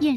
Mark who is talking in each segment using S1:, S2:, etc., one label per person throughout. S1: 燕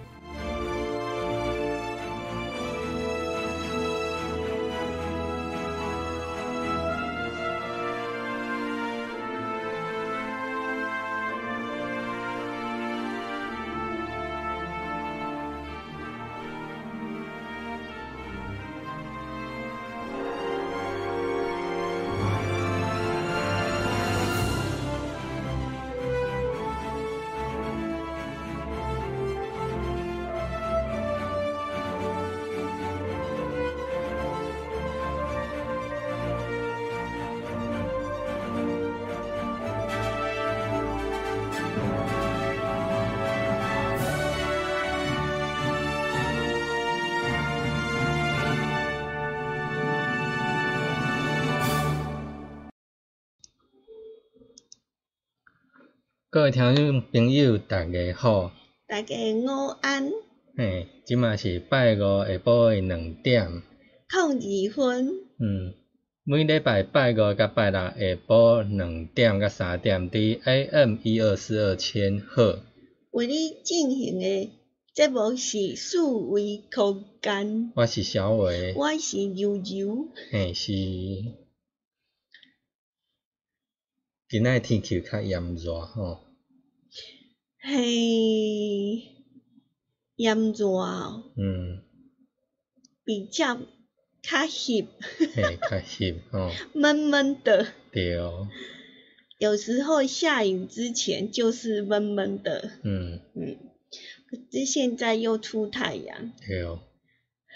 S2: 各位听众朋友，大家好！
S3: 大家午安，
S2: 嘿，即嘛是拜五下晡诶两点。
S3: 空二分，
S2: 嗯，每礼拜拜五甲拜六下晡两点甲三点，伫 AM 一二四二千赫。
S3: 为你进行的节目是四维空间。
S2: 我是小伟，
S3: 我是悠悠，
S2: 嘿是。今仔天气较炎热吼，
S3: 嘿，炎热哦，
S2: 嗯，
S3: 比较较翕，
S2: 嘿较 翕吼，
S3: 闷闷的。
S2: 对，
S3: 有时候下雨之前就是闷闷的，
S2: 嗯
S3: 嗯，可是现在又出太阳，
S2: 对。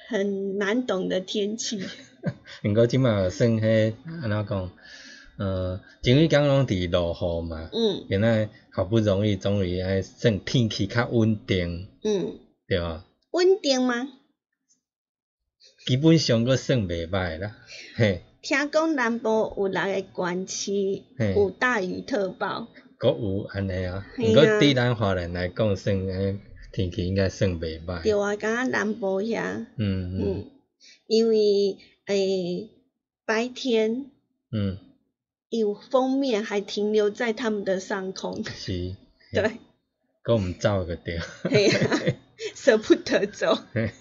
S3: 很难懂的天气。
S2: 毋过即嘛算迄安怎讲？呃，前几工拢伫落雨嘛，
S3: 嗯
S2: 原来好不容易终于爱算天气较稳定，
S3: 嗯，
S2: 对吧？
S3: 稳定吗？
S2: 基本上阁算袂歹啦，嘿，
S3: 听讲南部有六个县市
S2: 嘿
S3: 有大雨特报，
S2: 阁有安尼啊。
S3: 嘿啊
S2: 毋过对咱华人来讲，算安尼天气应该算袂
S3: 对
S2: 歹。
S3: 啊，敢若南部遐，
S2: 嗯嗯
S3: 嗯，因为诶、白天
S2: 嗯，
S3: 有封面还停留在他们的上空，
S2: 是，
S3: 对，
S2: 阁毋走个对。
S3: 嘿呀、 舍不得走。
S2: 嘿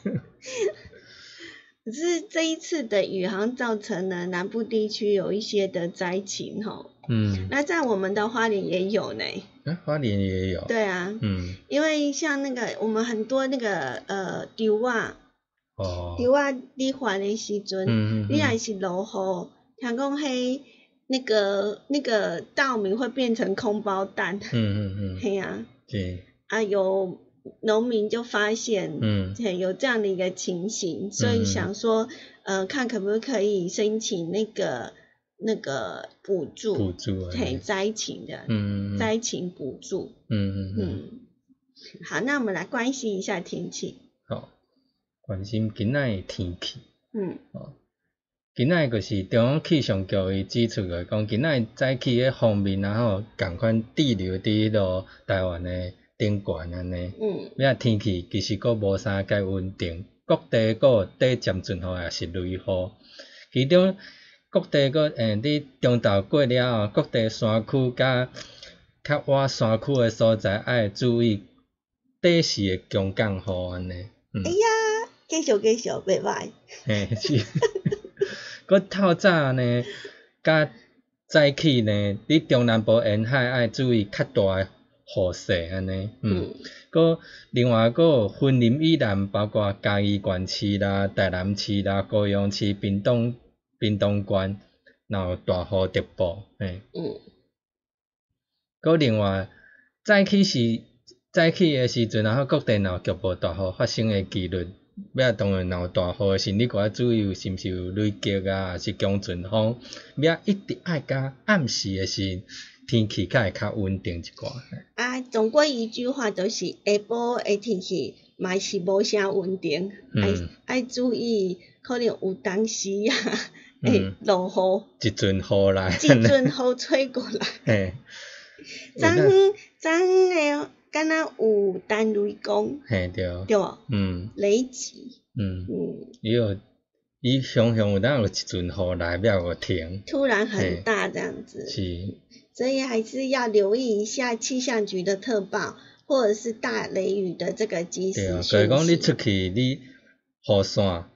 S3: 可是这一次的雨好像造成了南部地区有一些的灾情吼，
S2: 嗯，
S3: 那在我们的花莲也有呢，
S2: 啊，花莲也有。
S3: 对啊，
S2: 嗯，
S3: 因为像那个我们很多那个呃丢啊。
S2: 哦。
S3: 对啊，你还的时阵，
S2: 嗯嗯
S3: 你若是落雨，听讲迄那个那个稻米会变成空包蛋，
S2: 嗯嗯嗯，
S3: 嘿啊，
S2: 是，
S3: 啊有农民就发现，
S2: 嗯
S3: 嘿有这样的一个情形，
S2: 嗯
S3: 所
S2: 嗯
S3: 以
S2: 嗯
S3: 想说，呃，看可不可以申请那个那个补助，
S2: 补助啊。
S3: 嘿，灾情的、
S2: 嗯嗯
S3: 灾情补助，
S2: 嗯嗯嗯。
S3: 嗯，好，那我们来关心一下天气，
S2: 好，关心今仔的天气。
S3: 嗯
S2: 今仔就是中央气象局伊指出个，讲今仔早起迄方面，然后共款滞留伫迄落台湾的顶悬安尼。
S3: 嗯
S2: 要啊天气其实阁无啥介稳定，各地阁有短暂阵雨也是雷雨。其中各地阁诶，你中昼过了后，各地山区甲较晚山区诶所在，爱注意短时诶强降雨安尼。嗯。
S3: 继续继续，拜拜。
S2: 嘿，是。佮透早呢，甲早起呢，你中南部沿海爱注意较大诶雨势安尼，嗯。
S3: 嗯
S2: 佮另外佮有分林以南，包括嘉义县市啦、台南市啦、高雄市、屏东、屏东县，然后大雨直播，嘿。
S3: 嗯
S2: 佮另外，早起时早起诶时阵，然后各地若有局部大雨发生诶几率，要当然若有大雨诶时，你搁要注意有是毋是有雷击啊，还是强阵风，要一直爱甲暗时诶时天气较会较稳定一寡。
S3: 啊，总归一句话就是下晡的天气嘛是无啥稳定，爱
S2: 嗯
S3: 爱注意，可能有当时啊会
S2: 嗯
S3: 落
S2: 一阵雨来，
S3: 雨，即阵雨吹过来，
S2: 嘿， 有
S3: 昨昏
S2: 那
S3: 昨昏诶，敢若有单雷公，
S2: 嘿对，
S3: 对无？
S2: 嗯
S3: 雷击，
S2: 嗯，
S3: 嗯，
S2: 伊有伊常常有当有一阵雨来，了有停，
S3: 突然很
S2: 嘿
S3: 大这样子，
S2: 是，
S3: 所以还是要留意一下气象局的特报，或者是大雷雨的这个及
S2: 对啊，
S3: 时
S2: 所以
S3: 讯
S2: 讲你
S3: 息。
S2: 出去，你雨伞、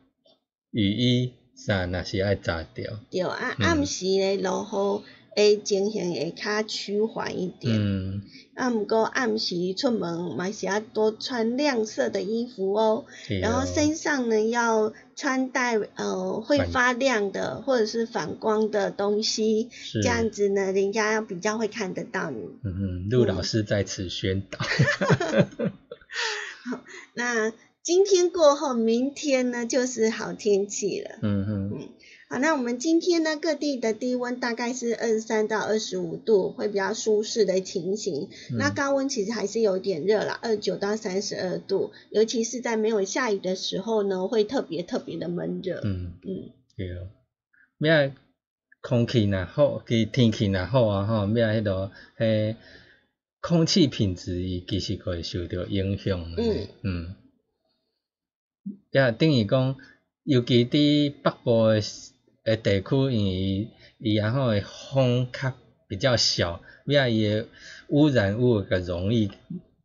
S2: 雨衣啥，若是爱扎着，
S3: 对啊，
S2: 嗯
S3: 暗时咧落雨诶情形会较趋缓一点。
S2: 嗯，
S3: 啊，毋过暗时出门嘛是要多穿亮色的衣服哦，
S2: 对
S3: 然
S2: 哦
S3: 后，身上呢要穿戴呃会
S2: 反
S3: 发亮的或者是反光的东西，
S2: 是
S3: 这样子呢，人家比较会看得到你。
S2: 嗯嗯，陆老师在此宣导，
S3: 那今天过后，明天呢就是好天气了。
S2: 嗯嗯，
S3: 好，那我们今天呢，各地的低温大概是二十三到二十五度，会比较舒适的情形。
S2: 嗯
S3: 那高温其实还是有点热啦，二九到三十二度，尤其是在没有下雨的时候呢，会特别特别的闷热。
S2: 嗯
S3: 嗯
S2: 对哦，要空气若好，其天气若好啊吼，要迄落迄空气品质伊其实可会受到影响的
S3: 嗯
S2: 嗯，也等于讲，尤其伫北部诶诶地区，因为伊伊然后诶风较比较小，要伊诶污染物较容易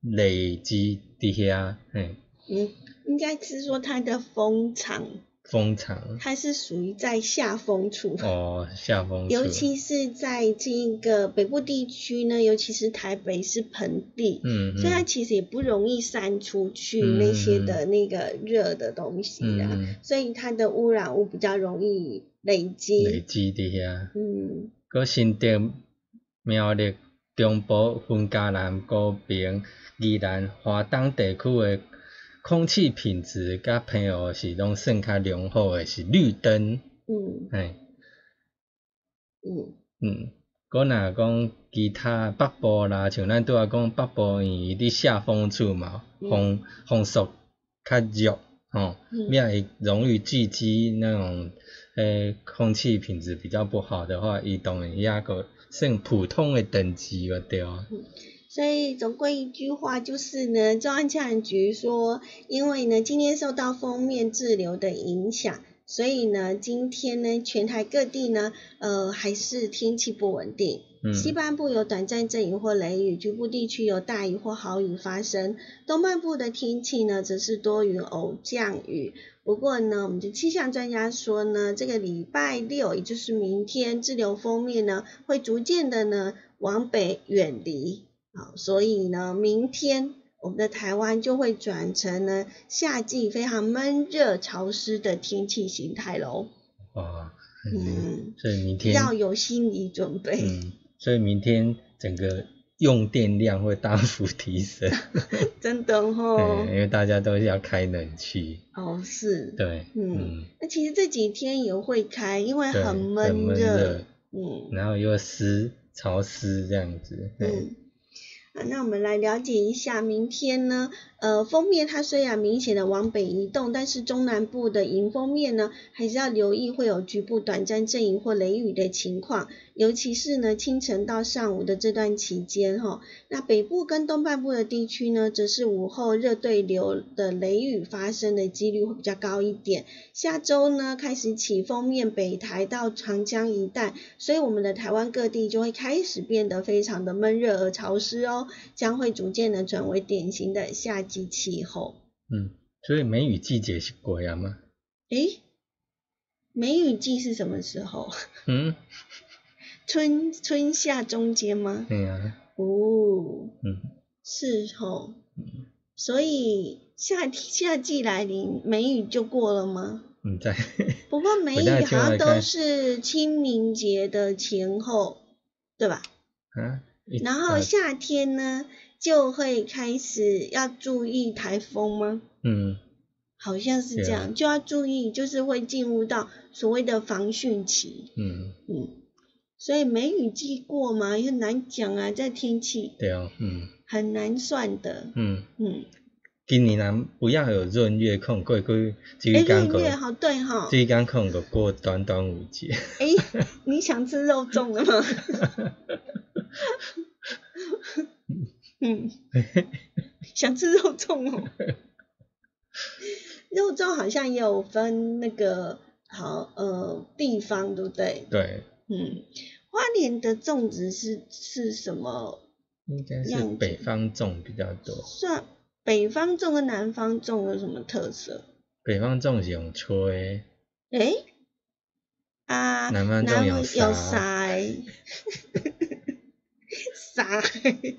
S2: 累积伫遐，嘿，
S3: 嗯，应该是说它的风场，
S2: 风场
S3: 它是属于在下风处。
S2: 哦，下风处，
S3: 尤其是在这个北部地区呢，尤其是台北是盆地，
S2: 嗯，嗯嗯
S3: 所以它其实也不容易散出去那些的那个热的东西啊，
S2: 嗯嗯
S3: 所以它的污染物比较容易累积。
S2: 累积伫遐。
S3: 嗯，
S2: 搁新竹、苗栗、中部、分嘉南、高平、宜兰、华东地区诶空气品质甲平和是拢算较良好诶，是绿灯，
S3: 嗯
S2: 嘿，
S3: 嗯
S2: 嗯。搁若讲其他北部啦，像咱拄仔讲北部伊伊伫下风处嘛，
S3: 嗯
S2: 风风速较弱吼，
S3: 嗯
S2: 你也容易聚集那种诶空气品质比较不好的话，伊当然也个算普通的等级个对啊。
S3: 所以总归一句话就是呢，中央气象局说，因为呢今天受到封面滞留的影响，所以呢今天呢全台各地呢，呃还是天气不稳定。
S2: 嗯
S3: 西半部有短暂阵雨或雷雨，局部地区有大雨或豪雨发生。东半部的天气呢，则是多云偶降雨。不过呢，我们的气象专家说呢，这个礼拜六，也就是明天，滞留封面呢会逐渐的呢往北远离。好，所以呢，明天我们的台湾就会转成呢夏季非常闷热潮湿的天气形态喽。
S2: 哇，嗯，
S3: 嗯，
S2: 所以明天，
S3: 要有心理准备。
S2: 嗯，所以明天整个用电量会大幅提升，
S3: 真的哦吼、
S2: 嗯，因为大家都要开冷气，
S3: 哦，是。
S2: 对，
S3: 嗯
S2: 嗯，
S3: 那其实这几天也会开，因为
S2: 对
S3: 很
S2: 很
S3: 闷
S2: 闷
S3: 热
S2: 热。
S3: 嗯
S2: 然后又湿潮湿这样子，对，
S3: 嗯。啊，那我们来了解一下，明天呢，呃，封面它虽然明显的往北移动，但是中南部的迎风面呢，还是要留意会有局部短暂阵雨或雷雨的情况，尤其是呢清晨到上午的这段期间哈、那北部跟东半部的地区呢，则是午后热对流的雷雨发生的几率会比较高一点。下周呢开始起封面北台到长江一带，所以我们的台湾各地就会开始变得非常的闷热而潮湿哦，将会逐渐的转为典型的夏季气候。
S2: 嗯，所以梅雨季节是过啊吗？
S3: 诶，梅雨季是什么时候？
S2: 嗯，
S3: 春春夏中间吗？
S2: 嘿啊，
S3: 哦，
S2: 嗯，
S3: 是吼。所以夏夏季来临，梅雨就过了吗？
S2: 毋知，
S3: 不过梅
S2: 我
S3: 雨
S2: 大概
S3: 好
S2: 听了看
S3: 像都是清明节的前后，对吧？
S2: 啊，一
S3: 然后
S2: 早
S3: 夏天呢，就会开始要注意台风吗？
S2: 嗯，
S3: 好像是
S2: 对啊
S3: 这样，就要注意，就是会进入到所谓的防汛期。
S2: 嗯，
S3: 嗯，所以梅雨季过嘛，也很难讲啊，这天气
S2: 对哦，嗯
S3: 很难算的。
S2: 嗯，
S3: 嗯，
S2: 今年咱不要有闰月空，过过
S3: 哎，
S2: 几天
S3: 闰
S2: 过，
S3: 月好对哈。
S2: 几天空就过短短五节，
S3: 哎，你想吃肉粽了吗？嗯，想吃肉粽哦。肉粽好像也有分那个好呃地方，对不对？
S2: 对，
S3: 嗯，花莲的粽子是是什么？
S2: 应该是
S3: 样子
S2: 北方种比较多，
S3: 算北方粽跟南方粽有什么特色？
S2: 北方种是用吹的，
S3: 哎，啊，
S2: 南方粽
S3: 南
S2: 有
S3: 方
S2: 啥
S3: 有啥欸？啥欸？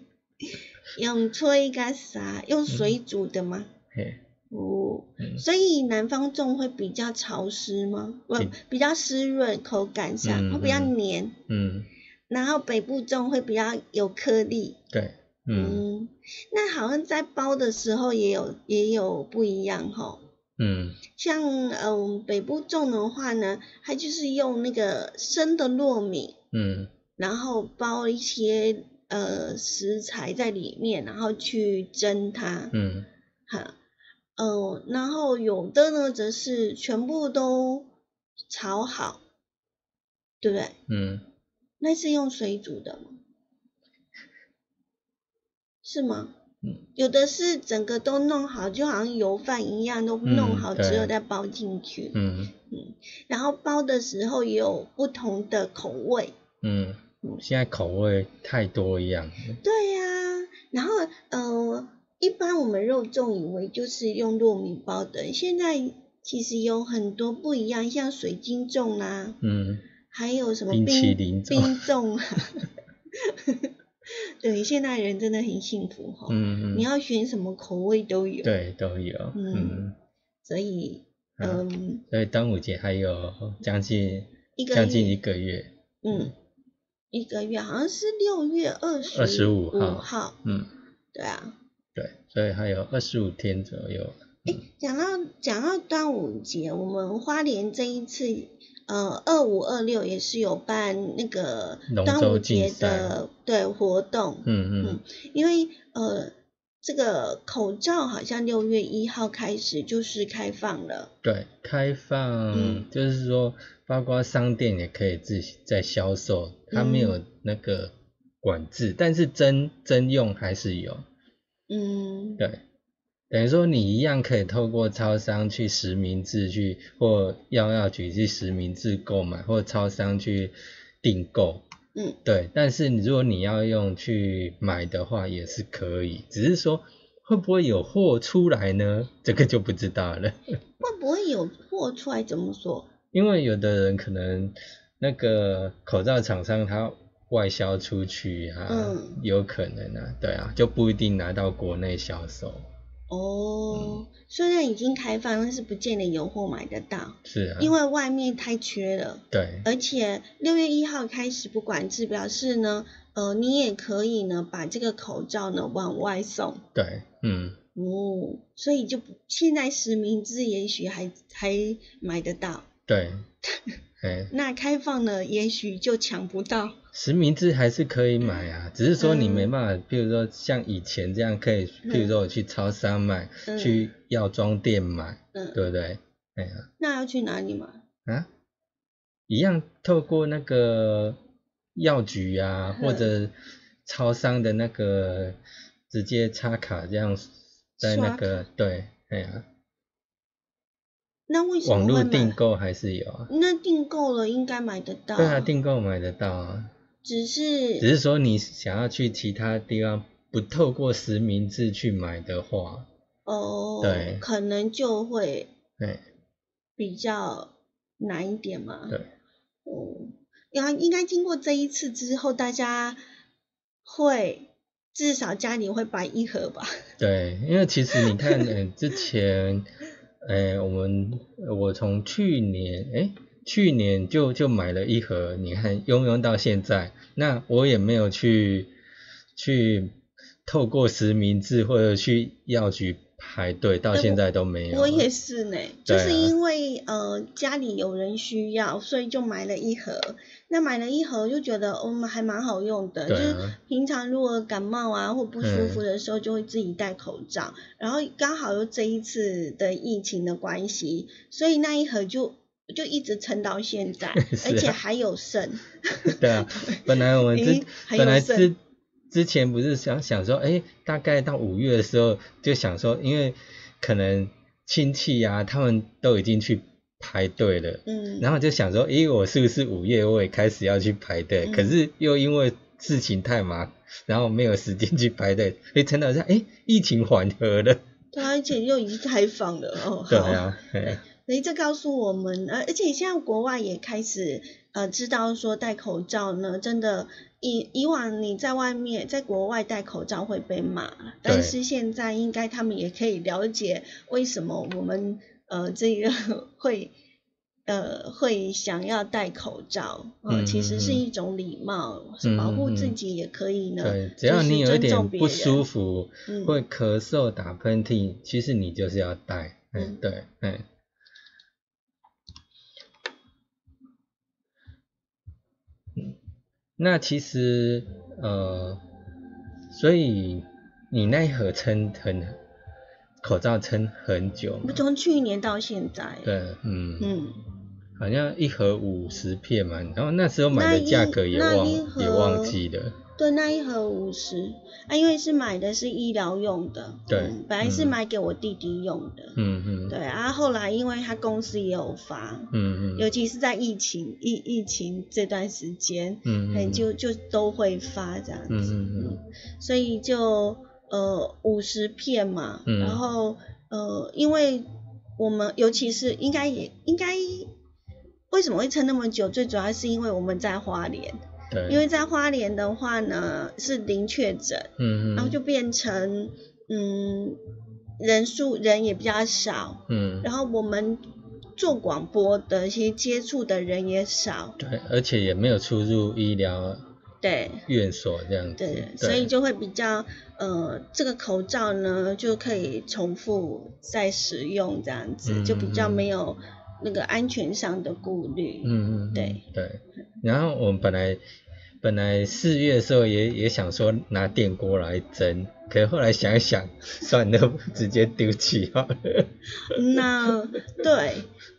S3: 用吹个啥？用水煮的吗？
S2: 嘿，
S3: 哦，
S2: 嗯
S3: 所以南方粽会比较潮湿吗？不
S2: 嗯，
S3: 比较湿润，口感上
S2: 嗯
S3: 会比较
S2: 嗯
S3: 黏。
S2: 嗯，
S3: 然后北部粽会比较有颗粒。
S2: 对，嗯
S3: 嗯，那好像在包的时候也有也有不一样哈、
S2: 嗯，
S3: 像嗯北部粽的话呢，它就是用那个生的糯米，
S2: 嗯
S3: 然后包一些呃食材在里面，然后去蒸它。
S2: 嗯
S3: 哈，呃，然后有的呢，则是全部都炒好，对不对？
S2: 嗯，
S3: 那是用水煮的吗？是吗？
S2: 嗯
S3: 有的是整个都弄好，就好像油饭一样都弄
S2: 嗯
S3: 好，
S2: 对
S3: 之后再包进去。
S2: 嗯
S3: 然后包的时候也有不同的口味。
S2: 嗯，现在口味太多样了，
S3: 对呀、然后呃，一般我们肉粽以为就是用糯米包的，现在其实有很多不一样，像水晶粽啦、
S2: 嗯
S3: 还有什么
S2: 冰
S3: 冰
S2: 淇淋粽
S3: 冰粽啊。 对，现在人真的很幸福哈、
S2: 嗯嗯，
S3: 你要选什么口味都有。，
S2: 对，都有，
S3: 嗯
S2: 嗯，
S3: 所以
S2: 啊
S3: 嗯，
S2: 所以端午节还有将近
S3: 一个
S2: 将近
S3: 月
S2: 一个月，
S3: 嗯，一个月好像是六月二十
S2: 25号
S3: 号，
S2: 嗯，
S3: 对啊。
S2: 对，所以还有二十五天左右，
S3: 讲到讲到端午节，我们花莲这一次，呃，二五二六也是有办那个
S2: 龙
S3: 端
S2: 舟
S3: 午
S2: 竞
S3: 节
S2: 赛
S3: 的对活动，
S2: 嗯嗯
S3: 嗯因为呃，这个口罩好像六月一号开始就是开放了，
S2: 对，开放、
S3: 嗯
S2: 就是说，包括商店也可以自己在销售，它没
S3: 嗯
S2: 有那个管制，但是真真用还是有。
S3: 嗯，
S2: 对，等于说你一样可以透过超商去实名制去，或药药局去实名制购买，或超商去订购。
S3: 嗯，
S2: 对，但是你如果你要用去买的话，也是可以，只是说会不会有货出来呢？这个就不知道了。
S3: 会不会有货出来？怎么说？
S2: 因为有的人可能那个口罩厂商他外销出去啊，
S3: 嗯
S2: 有可能啊，对啊，就不一定拿到国内销售。嗯
S3: 哦，虽然已经开放，但是不见得有货买得到，
S2: 是啊，
S3: 因为外面太缺了。
S2: 对，
S3: 而且六月一号开始不管制，表示呢，呃，你也可以呢把这个口罩呢往外送
S2: 对，嗯，
S3: 哦，所以就不现在实名制也许还还买得到，
S2: 对，哎，
S3: 那开放了也许就抢不到。
S2: 实名制还是可以买啊，只是说你
S3: 嗯
S2: 没办法，譬如说像以前这样可以，譬如说我去超商买，
S3: 嗯
S2: 去药妆店买，
S3: 嗯，
S2: 对不对？哎呀、
S3: 那要去哪里买？
S2: 啊，一样透过那个药局啊，或
S3: 嗯
S2: 者超商的那个直接插卡这样，在那
S3: 刷
S2: 个对，哎呀、
S3: 那为什
S2: 网
S3: 么
S2: 络
S3: 会
S2: 订
S3: 买？
S2: 购还是有啊，
S3: 那订购了应该买得到、
S2: 对啊，订购买得到啊，
S3: 只是
S2: 只是说你想要去其他地方不透过实名制去买的话，
S3: 哦
S2: 对，
S3: 可能就会
S2: 哎，
S3: 比较难一点嘛。
S2: 对，
S3: 哦，然后应该经过这一次之后，大家会至少家里会摆一盒吧？
S2: 对，因为其实你看，呃，之前，呃，我们我从去年，哎，去年就就买了一盒，你看用用到现在，那我也没有去去透过实名制或者去药局排队，到
S3: 对
S2: 现
S3: 哎我
S2: 在都没有。
S3: 我也是呢，就
S2: 对
S3: 是
S2: 啊
S3: 因为呃家里有人需要，所以就买了一盒。那买了一盒就觉得嗯还蛮好用的，就
S2: 对
S3: 是
S2: 啊，嗯
S3: 平常如果感冒啊或不舒服的时候，就会自己戴口罩。然后刚好又这一次的疫情的关系，所以那一盒就就一直撑到现在，
S2: 是啊
S3: 而且还有剩。
S2: 对啊，本来我们之
S3: 咦还有
S2: 本来
S3: 剩
S2: 之之前不是想想说，哎，大概到五月的时候就想说，因为可能亲戚啊，他们都已经去排队了，
S3: 嗯，
S2: 然后就想说，诶，我是不是五月我也开始要去排队？
S3: 嗯
S2: 可是又因为事情太忙，然后没有时间去排队，诶，陈老师，诶，疫情缓和了，
S3: 对啊，而且又已经开放了哦。
S2: 对
S3: 好
S2: 啊， 嘿
S3: 所以这告诉我们，呃，而且现在国外也开始呃知道说戴口罩呢，真的以以往你在外面在国外戴口罩会被骂，但是现在应该他们也可以了解为什么我们呃这个 会呃会想要戴口罩，呃
S2: 嗯
S3: 其实
S2: 嗯
S3: 是
S2: 嗯嗯
S3: 一种礼貌，是保护自己也可以呢，
S2: 对，只要
S3: 就是
S2: 你有一
S3: 尊
S2: 点
S3: 重别
S2: 不舒
S3: 人，
S2: 服，
S3: 嗯
S2: 会咳嗽、打喷嚏，其实你就是要戴，嗯
S3: 嗯，
S2: 对，嗯。那其实呃，所以你那一盒撑很口罩撑很久
S3: 我
S2: 嘛，
S3: 从去年到现在，
S2: 对，嗯，
S3: 嗯。
S2: 好像一盒五十片嘛，然后那时候买的价格也
S3: 那一
S2: 忘
S3: 那一盒
S2: 也忘记了，
S3: 对，那一盒五十啊，因为是买的是医疗用的，
S2: 对
S3: 嗯本来是
S2: 嗯
S3: 买给我弟弟用的，
S2: 嗯嗯，
S3: 对啊，后来因为他公司也有发，
S2: 嗯嗯，
S3: 尤其是在疫情疫疫情这段时间，
S2: 嗯嗯
S3: 哎
S2: 嗯
S3: 就就都会发这样子，
S2: 嗯嗯
S3: 所以就呃五十片嘛，
S2: 嗯
S3: 然后呃，因为我们尤其是应该也应该。为什么会撑那么久？最主要是因为我们在花莲，
S2: 对，
S3: 因为在花莲的话呢是零确诊，
S2: 嗯嗯，
S3: 然后就变成嗯人数人也比较少，
S2: 嗯，
S3: 然后我们做广播的其实接触的人也少，
S2: 对，而且也没有出入医疗
S3: 对
S2: 院所这样子，
S3: 对，所以就会比较呃这个口罩呢就可以重复再使用这样子，就比较
S2: 嗯嗯嗯
S3: 没有那个安全上的顾虑，
S2: 嗯嗯嗯
S3: 对
S2: 对，然后我们本来本来四月的时候也也想说拿电锅来蒸，可是后来想一 想，算了，直接丢弃好了，
S3: 那对，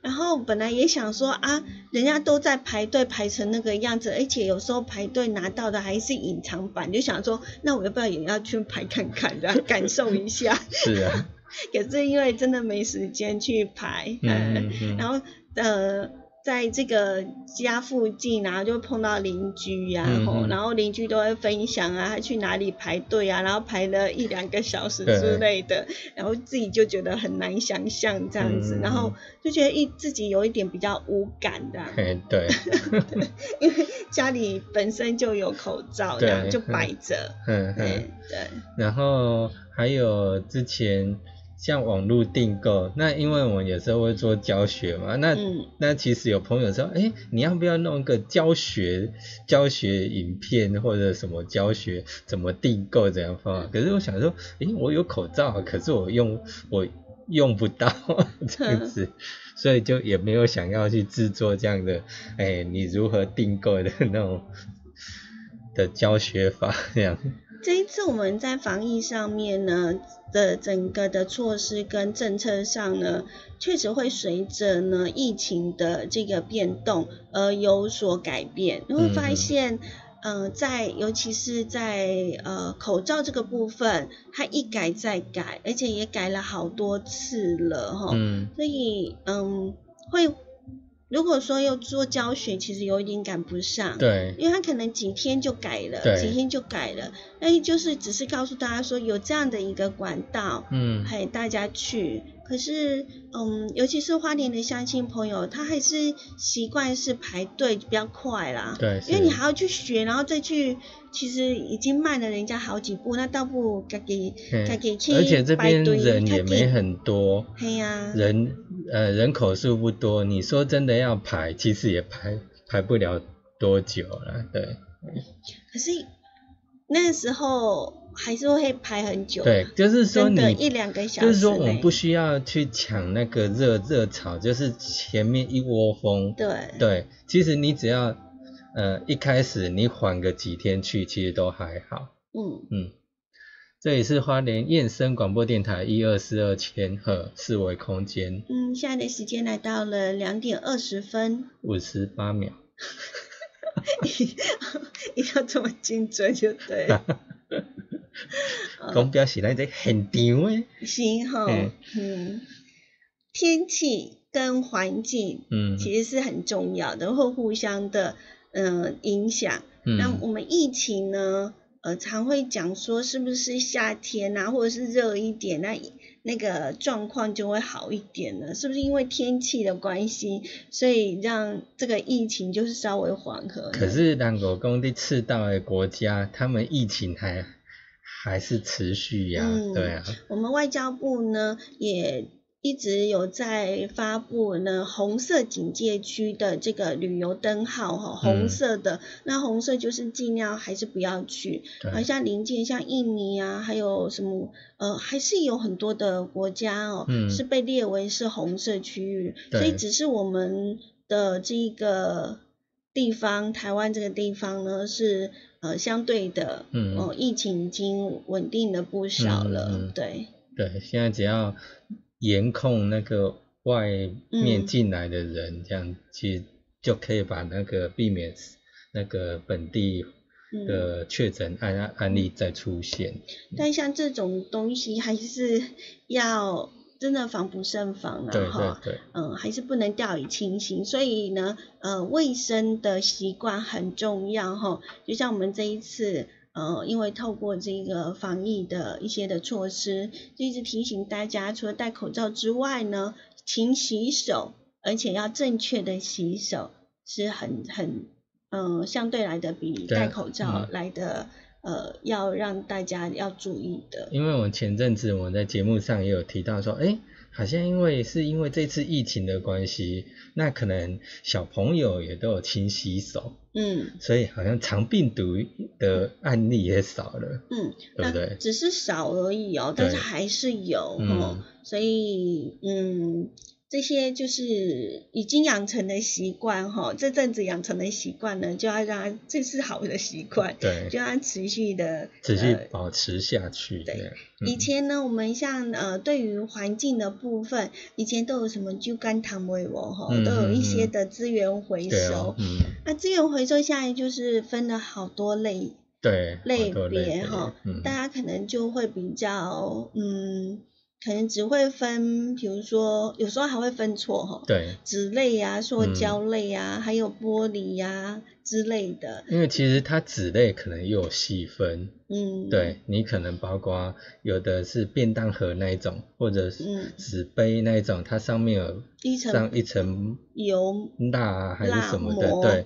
S3: 然后本来也想说啊，人家都在排队排成那个样子，而且有时候排队拿到的还是隐藏版，就想说那我要不要也要去排看看，然后感受一下。
S2: 是啊，
S3: 可是因为真的没时间去排，
S2: 嗯
S3: 嗯，
S2: 嗯嗯，
S3: 然后呃，在这个家附近啊，就碰到邻居呀、
S2: 嗯
S3: 啊，吼
S2: 嗯
S3: 然后邻居都会分享啊，他去哪里排队啊，然后排了一两个小时
S2: 对
S3: 之类的，然后自己就觉得很难想象这样子，
S2: 嗯嗯
S3: 然后就觉得一自己有一点比较无感的、啊
S2: 哎对，
S3: 因为家里本身就有口罩，
S2: 对
S3: 然后就摆着，
S2: 嗯
S3: 对
S2: 嗯，
S3: 对，
S2: 然后还有之前。像网络订购，那因为我有时候会做教学嘛，那
S3: 嗯，
S2: 那其实有朋友说，哎，你要不要弄个教学教学影片或者什么教学怎么订购怎样
S3: 嗯
S2: 方法？可是我想说，哎，我有口罩，可是我用我用不到 这样子，
S3: 嗯
S2: 所以就也没有想要去制作这样的，哎，你如何订购的那种的教学法这样。
S3: 这一次我们在防疫上面呢的整个的措施跟政策上呢，确实会随着呢疫情的这个变动而有所改变。你会
S2: 嗯
S3: 发现，呃，在尤其是在呃口罩这个部分，它一改再改，而且也改了好多次了哈。
S2: 嗯
S3: 所以嗯，会如果说要做教学，其实有一点赶不上。
S2: 对，
S3: 因为他可能几天就改了，
S2: 对
S3: 几天就改了，那就是只是告诉大家说有这样的一个管道，
S2: 嗯
S3: 嘿，大家去，可是，嗯，尤其是花莲的乡亲朋友，他还是习惯是排队比较快啦。
S2: 对，
S3: 因为你
S2: 是
S3: 还要去学，然后再去，其实已经慢了人家好几步，那倒不如自己
S2: 嗯
S3: 自己去
S2: 而且这
S3: 排
S2: 边
S3: 队
S2: 人也
S3: 自
S2: 没
S3: 己
S2: 很多，
S3: 嘿呀、
S2: 人呃人口数不多，你说真的要排，其实也排排不了多久了，对
S3: 可是那时候还是会排很久啊，
S2: 对，就是说
S3: 真的
S2: 你
S3: 一两个小时
S2: 就
S3: 嘞，
S2: 是说我们不需要去抢那个热热潮，就是前面一窝蜂，
S3: 对
S2: 对，其实你只要呃一开始你缓个几天去，其实都还好，
S3: 嗯，
S2: 嗯。这里是花莲燕声广播电台一二四二千赫四维空间
S3: 嗯，现在的时间来到了两点二十分，
S2: 五十八秒。
S3: 一定要这么精准就对了。
S2: 讲表示咱这现场诶，
S3: 行哈
S2: 嗯，
S3: 嗯，天气跟环境
S2: 嗯
S3: 其实是很重要的，会互相的呃影响。那
S2: 嗯
S3: 我们疫情呢，呃，常会讲说是不是夏天啊，或者是热一点，那那个状况就会好一点呢？是不是因为天气的关系，所以让这个疫情就是稍微缓和呢？
S2: 可是咱国讲伫赤道的国家，他们疫情还还是持续呀、
S3: 嗯
S2: 对啊，
S3: 我们外交部呢也一直有在发布呢红色警戒区的这个旅游灯号哈，红
S2: 嗯
S3: 色的、那红色就是尽量还是不要去，
S2: 对，
S3: 好
S2: 啊
S3: 像邻近像印尼啊，还有什么呃，还是有很多的国家哦，
S2: 嗯
S3: 是被列为是红色区域，
S2: 对
S3: 所以只是我们的这个地方，台湾这个地方呢是呃相对的，
S2: 嗯
S3: 哦、疫情已经稳定了不少了，
S2: 嗯嗯嗯
S3: 对，
S2: 对，现在只要严控那个外面进来的人，这样其实就可以把那个避免那个本地
S3: 嗯，
S2: 的确诊案案案例再出现。
S3: 但像这种东西还是要真的防不胜防啊，
S2: 对
S3: 哈
S2: 对对，
S3: 嗯，还是不能掉以轻心，所以呢，呃，卫生的习惯很重要哈。就像我们这一次，呃，因为透过这个防疫的一些的措施，就一直提醒大家，除了戴口罩之外呢，勤洗手，而且要正确的洗手，是很很，呃，相对来的比
S2: 对
S3: 戴口罩
S2: 嗯
S3: 来的，呃，要让大家要注意的。
S2: 因为我前阵子我在节目上也有提到说，哎，好像因为是因为这次疫情的关系，那可能小朋友也都有勤洗手，
S3: 嗯。
S2: 所以好像肠病毒的案例也少了。
S3: 嗯，
S2: 对
S3: 那
S2: 不对
S3: 只是少而已哦，但是
S2: 对
S3: 还是有
S2: 嗯
S3: 哦，所以嗯，这些就是已经养成的习惯哈、这阵子养成的习惯呢，就要让它这是好的习惯，
S2: 对，
S3: 就要持续的
S2: 持续嗯
S3: 呃
S2: 保持下去。
S3: 对
S2: 这样
S3: 以前呢，我们像呃，对于环境的部分，以前都有什么猪肝糖维我哈，
S2: 嗯
S3: 都有一些
S2: 嗯嗯
S3: 的资源回
S2: 嗯对啊
S3: 收。，
S2: 嗯，
S3: 那资源回收下来就是分了好多类，
S2: 对，
S3: 类
S2: 好多类
S3: 别哈，
S2: 嗯，
S3: 大家可能就会比较嗯，可能只会分，比如说有时候还会分错哈，
S2: 对，
S3: 纸类啊、塑
S2: 嗯
S3: 胶类啊，还有玻璃呀、之类的，
S2: 因为其实它纸类可能又有细分，
S3: 嗯，，
S2: 对你可能包括有的是便当盒那一种，或者
S3: 嗯
S2: 是纸杯那一种，它上面有
S3: 一层
S2: 上一层
S3: 油，
S2: 蜡啊还是什么
S3: 蜡
S2: 的，
S3: 膜
S2: 对，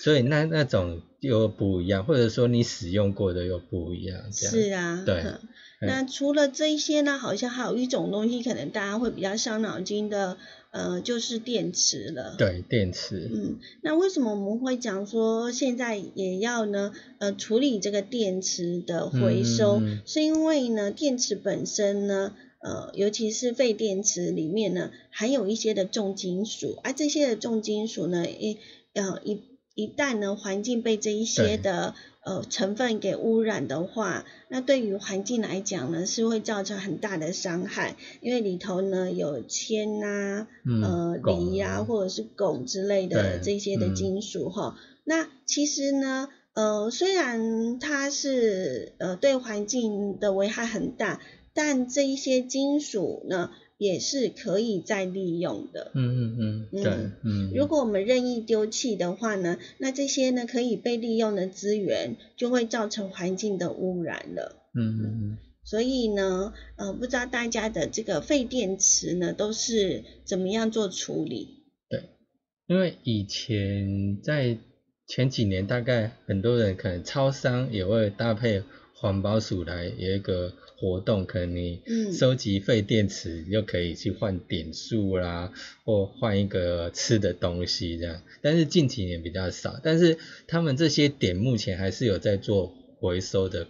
S2: 所以那那种又不一样，或者说你使用过的又不一样，这样
S3: 是啊，
S2: 对
S3: 哼
S2: 嗯
S3: 那除了这一些呢，好像还有一种东西，可能大家会比较伤脑筋的，呃，就是电池了。
S2: 对，电池，
S3: 嗯，那为什么我们会讲说现在也要呢？呃，处理这个电池的回收，
S2: 嗯嗯嗯
S3: 是因为呢，电池本身呢，呃，尤其是废电池里面呢，含有一些的重金属，而、这些的重金属呢，一呃一一旦呢环境被这一些
S2: 对
S3: 的呃成分给污染的话，那对于环境来讲呢，是会造成很大的伤害，因为里头呢有铅呐、
S2: 嗯，
S3: 呃
S2: 汞
S3: 锂呀、
S2: 啊
S3: 或者是汞之类的
S2: 对
S3: 这些的
S2: 嗯
S3: 金属哈、那其实呢，呃，虽然它是呃对环境的危害很大，但这一些金属呢也是可以再利用的。
S2: 嗯嗯嗯，对，嗯，
S3: 如果我们任意丢弃的话呢，那这些呢可以被利用的资源就会造成环境的污染了。
S2: 嗯嗯嗯，
S3: 所以呢，呃，不知道大家的这个废电池呢，都是怎么样做处理？
S2: 因为以前在前几年，大概很多人可能超商也会搭配环保署来有一个活动，可能你
S3: 嗯
S2: 收集废电池，你就可以去换点数啦，或换一个吃的东西这样。但是近几年比较少，但是他们这些点目前还是有在做回收的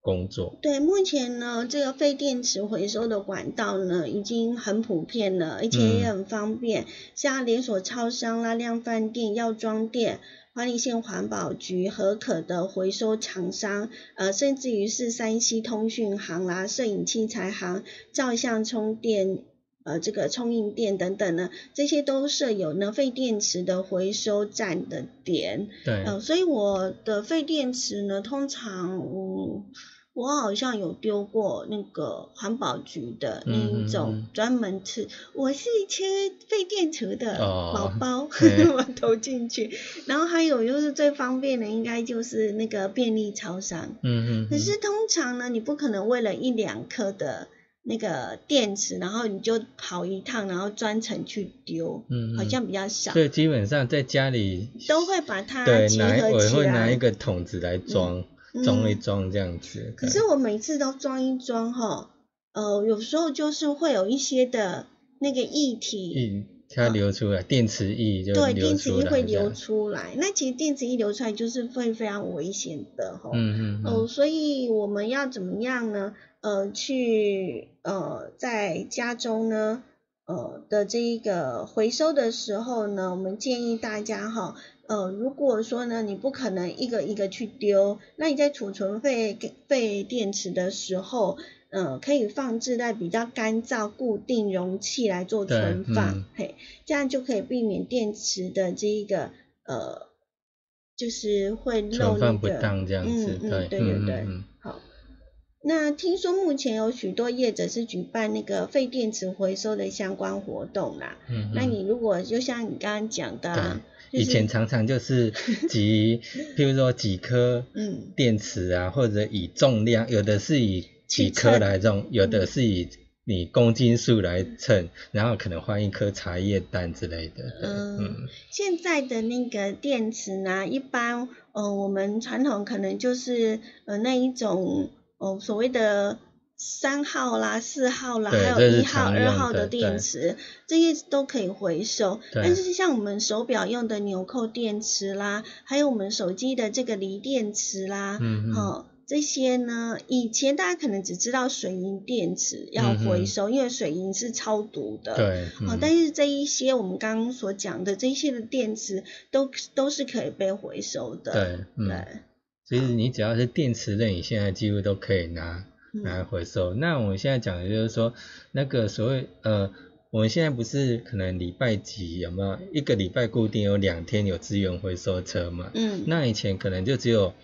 S2: 工作。
S3: 对，目前呢，这个废电池回收的管道呢，已经很普遍了，而且也很方便。像连锁超商啦、量贩店、药妆店、花莲县环保局、合可的回收厂商，呃，甚至于是山西通讯行啦、摄影器材行、照相充电。呃，这个充印店等等呢，这些都设有呢废电池的回收站的点。
S2: 对，
S3: 呃，所以我的废电池呢，通常我我好像有丢过那个环保局的那一
S2: 嗯
S3: 种专门吃，我是吃废电池的
S2: 哦
S3: 宝宝，
S2: 嘿
S3: 我投进去。然后还有就是最方便的，应该就是那个便利超商。
S2: 嗯嗯，
S3: 可是通常呢，你不可能为了一两颗的那个电池，然后你就跑一趟，然后专程去丢，
S2: 嗯
S3: 好
S2: 嗯
S3: 像比较少
S2: 所。以基本上在家里
S3: 都会把它
S2: 对
S3: 集
S2: 拿一，
S3: 合
S2: 我
S3: 起
S2: 会拿
S3: 来
S2: 一个桶子来装，
S3: 嗯
S2: 装一装这样子。
S3: 可
S2: 对
S3: 是我每次都装一装哈，呃，有时候就是会有一些的那个液体，
S2: 液它流出来，电池液就
S3: 啊对，
S2: 流
S3: 电池
S2: 出
S3: 液
S2: 来，
S3: 会流。出来。那其实电池一流出来就是会非常危险的哈。
S2: 嗯嗯
S3: 哦，
S2: 嗯，
S3: 所以我们要怎么样呢？呃，去呃，在家中呢，呃的这一个回收的时候呢，我们建议大家哈，呃，如果说呢，你不可能一个一个去丢，那你在储存废废电池的时候，呃，可以放置在比较干燥固定容器来做
S2: 对
S3: 存放，
S2: 嗯
S3: 嘿，这样就可以避免电池的这一个呃。就是会漏
S2: 存
S3: 那
S2: 放不
S3: 个，
S2: 当这样子，
S3: 嗯嗯、
S2: 对
S3: 对
S2: 嗯
S3: 对对，
S2: 嗯嗯
S3: 好。那听说目前有许多业者是举办那个废电池回收的相关活动啦。
S2: 嗯
S3: 那
S2: 嗯
S3: 你如果就像你刚刚讲的、啊，
S2: 以前常常 就是集，譬如说几颗
S3: 嗯
S2: 电池啊，或者以重量，有的是以几颗
S3: 称嗯
S2: 来重，有的是以你公斤数来称，然后可能换一颗茶叶蛋之类的。对
S3: 嗯
S2: 嗯，
S3: 现在的那个电池呢，一般呃我们传统可能就是呃那一种呃所谓的三号啦、四号啦，
S2: 对
S3: 还
S2: 这
S3: 有
S2: 是
S3: 一号、
S2: 常
S3: 二
S2: 用
S3: 号
S2: 的
S3: 的电
S2: 对
S3: 池，这些都可以回收。
S2: 对
S3: 但是像我们手表用的纽扣电池啦，还有我们手机的这个锂电池啦，
S2: 嗯嗯
S3: 哦，这些呢，以前大家可能只知道水银电池要
S2: 嗯哼
S3: 回收，因为水银是超毒的。
S2: 对，
S3: 哦
S2: 嗯，
S3: 但是这一些我们刚刚所讲的这一些的电池都都是可以被回收的。
S2: 对，嗯。
S3: 对，
S2: 其实你只要是电池类，你现在几乎都可以拿拿来
S3: 嗯
S2: 回收。那我们现在讲的就是说，那个所谓呃，我们现在不是可能礼拜几有没有一个礼拜固定有两天有资源回收车嘛？
S3: 嗯
S2: 那以前可能就只有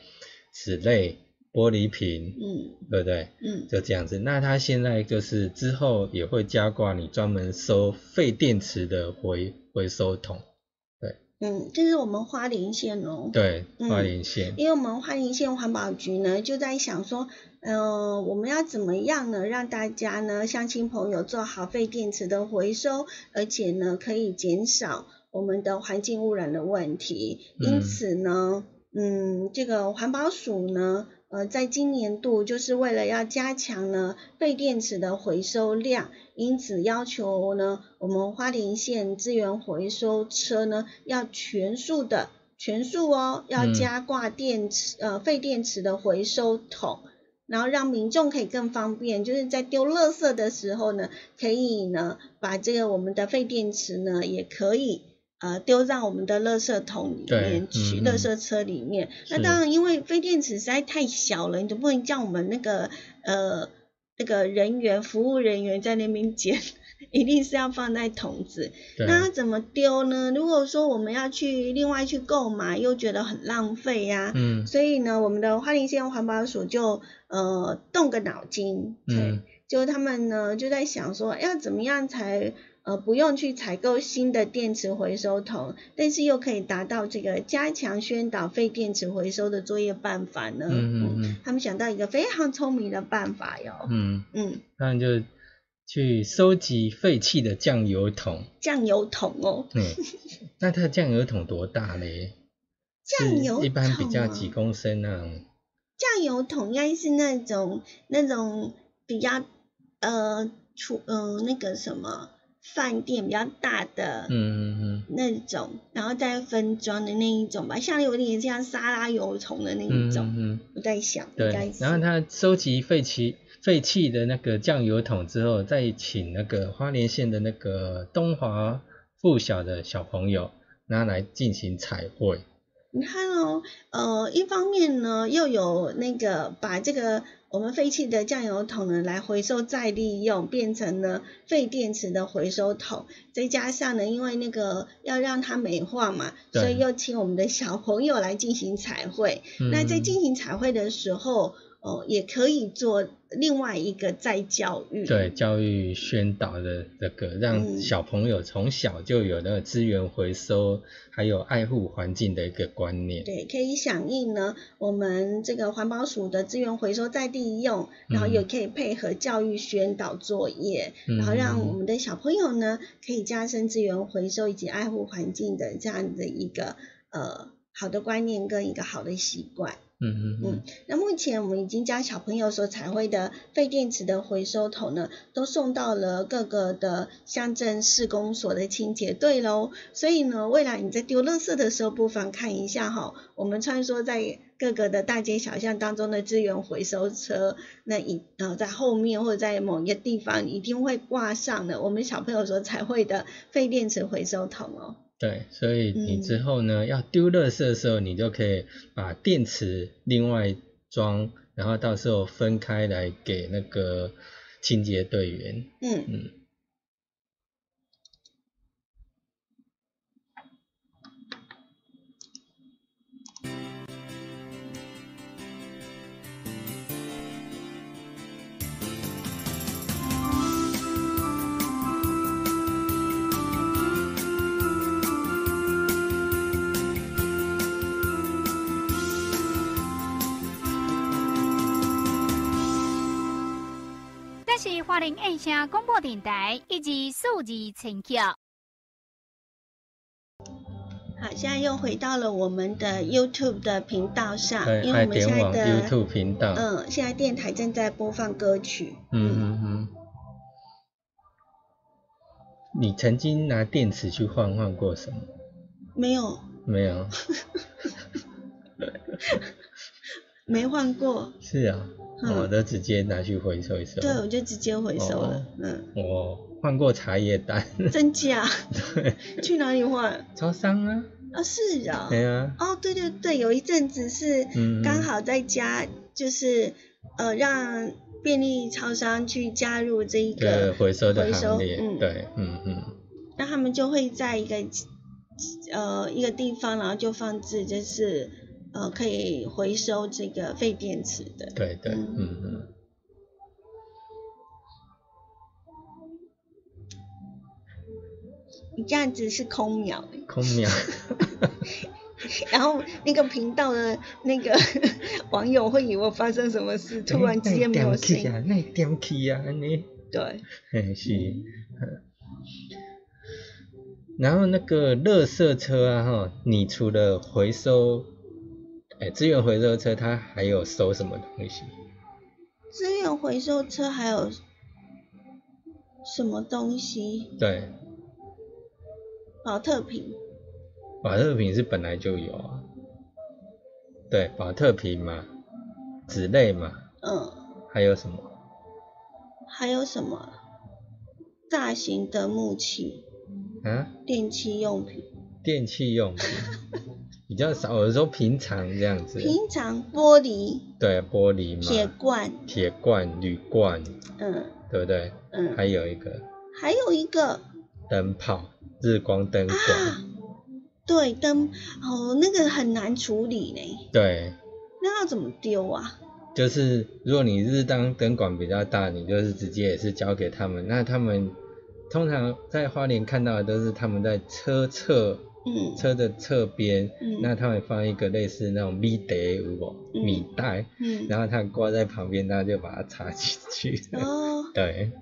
S2: 纸类、玻璃瓶，
S3: 嗯
S2: 对不对？
S3: 嗯
S2: 就这样子。那它现在就是之后也会加挂你专门收废电池的回回收桶，
S3: 嗯，这是我们花莲县哦。
S2: 对，
S3: 嗯
S2: 花莲县。
S3: 因为我们花莲县环保局呢，就在想说，呃，我们要怎么样呢，让大家呢，乡亲朋友做好废电池的回收，而且呢，可以减少我们的环境污染的问题。因
S2: 嗯
S3: 此呢，嗯，这个环保署呢。呃，在今年度就是为了要加强呢废电池的回收量，因此要求呢，我们花莲县资源回收车呢，要全数的全数哦，要
S2: 嗯
S3: 加挂电池、呃废电池的回收桶，然后让民众可以更方便，就是在丢垃圾的时候呢，可以呢把这个我们的废电池呢也可以。呃，丢到我们的垃圾桶里
S2: 对
S3: 面去，
S2: 嗯
S3: 垃
S2: 嗯
S3: 圾车里面。那
S2: 是
S3: 当然，因为废电池实在太小了，你总不能叫我们那个呃那个人员服务人员在那边捡， 一定是要放在桶子。
S2: 对。
S3: 那要怎么丢呢？如果说我们要去另外去购买，又觉得很浪费呀、
S2: 嗯
S3: 所以呢，我们的花莲县环保署就呃动个脑筋，对，
S2: 嗯
S3: 就他们呢就在想说要怎么样才呃不用去采购新的电池回收桶，但是又可以达到这个加强宣导废电池回收的作业办法呢？
S2: 嗯嗯嗯
S3: 他们想到一个非常聪明的办法哟。
S2: 嗯，
S3: 嗯，
S2: 那你就去收集废弃的酱油 桶。
S3: 酱油桶哦，
S2: 嗯，那它的酱油桶多大嘞？
S3: 酱油桶
S2: 是一般比较
S3: 啊
S2: 几公升啊那种。
S3: 酱油桶应该是那种那种比较呃厨嗯、那个什么饭店比较大的。
S2: 嗯嗯
S3: 那种，然后再分装的那一种吧，像有点像沙拉油虫的那
S2: 嗯
S3: 一
S2: 嗯嗯
S3: 种。
S2: 嗯，
S3: 我在想，应该
S2: 对。
S3: 是
S2: 然后他收集废弃废弃的那个酱油桶之后，再请那个花莲县的那个东华附小的小朋友拿来进行彩绘。
S3: 你看哦，呃，一方面呢，又有那个把这个我们废弃的酱油桶呢来回收再利用，变成了废电池的回收桶，再加上呢，因为那个要让它美化嘛，
S2: 对
S3: 所以又请我们的小朋友来进行彩绘。
S2: 嗯、
S3: 那在进行彩绘的时候，哦、也可以做另外一个再教育。
S2: 对教育宣导的这个，让
S3: 嗯
S2: 小朋友从小就有那个资源回收，还有爱护环境的一个观念。
S3: 对，可以响应呢，我们这个环保署的资源回收再利用，然后也可以配合教育宣导作业，
S2: 嗯
S3: 然后让我们的小朋友呢可以加深资源回收以及爱护环境的这样的一个呃好的观念跟一个好的习惯。
S2: 嗯嗯嗯
S3: 嗯，那目前我们已经将小朋友所彩绘的废电池的回收桶呢，都送到了各个的乡镇市公所的清洁队喽。所以呢，未来你在丢垃圾的时候，不妨看一下哈，我们穿梭在各个的大街小巷当中的资源回收车，那一呃在后面或者在某一个地方，一定会挂上的我们小朋友所彩绘的废电池回收桶哦。
S2: 对，所以你
S3: 嗯
S2: 之后呢，要丢垃圾的时候，你就可以把电池另外装，然后到时候分开来给那个清洁队员。
S3: 嗯。
S2: 嗯
S1: 这是花莲印象广播电台以及数字陈桥。
S3: 好，现在又回到了我们的 YouTube 的频道上，
S2: 对，
S3: 啊因为
S2: 爱
S3: 我们
S2: 点
S3: 现在
S2: 网
S3: 的
S2: YouTube 频道。
S3: 嗯，现在电台正在播放歌曲。
S2: 嗯嗯嗯。你曾经拿电池去换换过什么？
S3: 没有，
S2: 没有。
S3: 没换过。
S2: 是啊，
S3: 嗯
S2: 我都直接拿去回收一收。
S3: 对，我就直接回收
S2: 哦
S3: 了。嗯，
S2: 我换过茶叶蛋，
S3: 真假？
S2: 对，
S3: 去哪里换？
S2: 超商啊，
S3: 啊、是啊。
S2: 对啊，
S3: 哦，对对对，有一阵子是
S2: 嗯嗯
S3: 刚好在家，就是呃，让便利超商去加入这一
S2: 对
S3: 个
S2: 回收的
S3: 回
S2: 行
S3: 收
S2: 列，
S3: 嗯
S2: 对，嗯嗯，
S3: 那他们就会在一个呃一个地方，然后就放置就是呃可以回收这个废电池的。
S2: 对对，
S3: 嗯
S2: 嗯嗯，
S3: 你这样子是空秒欸，
S2: 空秒，
S3: 然后那个频道的那个 网友会以为发生什么事，突然之间没有声音。
S2: 啊，那点去啊，安尼，
S3: 对，
S2: 嘿是。然后那个垃圾车啊，哈，你除了回收，哎，资源回收车，它还有收什么东西？
S3: 资源回收车还有什么东西？
S2: 对，
S3: 保特瓶。
S2: 保特瓶是本来就有啊，对，保特瓶嘛，纸类嘛，
S3: 嗯，
S2: 还有什么？
S3: 还有什么？大型的木器、
S2: 啊，
S3: 电器用品。
S2: 电器用 品比较少，有时候平常这样子。
S3: 平常玻璃、
S2: 对，玻璃
S3: 铁
S2: 嘛，
S3: 罐，
S2: 铁罐、铝罐，
S3: 嗯
S2: 对不对？
S3: 嗯，
S2: 还有一个
S3: 还有一个
S2: 灯泡，日光灯管，
S3: 啊，对灯哦，那个很难处理呢，
S2: 对，
S3: 那要怎么丢啊？
S2: 就是如果你日当灯管比较大，你就是直接也是交给他们，那他们通常在花莲看到的都是他们在车侧
S3: 嗯
S2: 车的侧边，
S3: 嗯
S2: 那他们放一个类似那种米袋，有无？
S3: 嗯
S2: 米袋，
S3: 嗯，
S2: 然后它挂在旁边，然后就把它插进去。
S3: 哦，
S2: 对，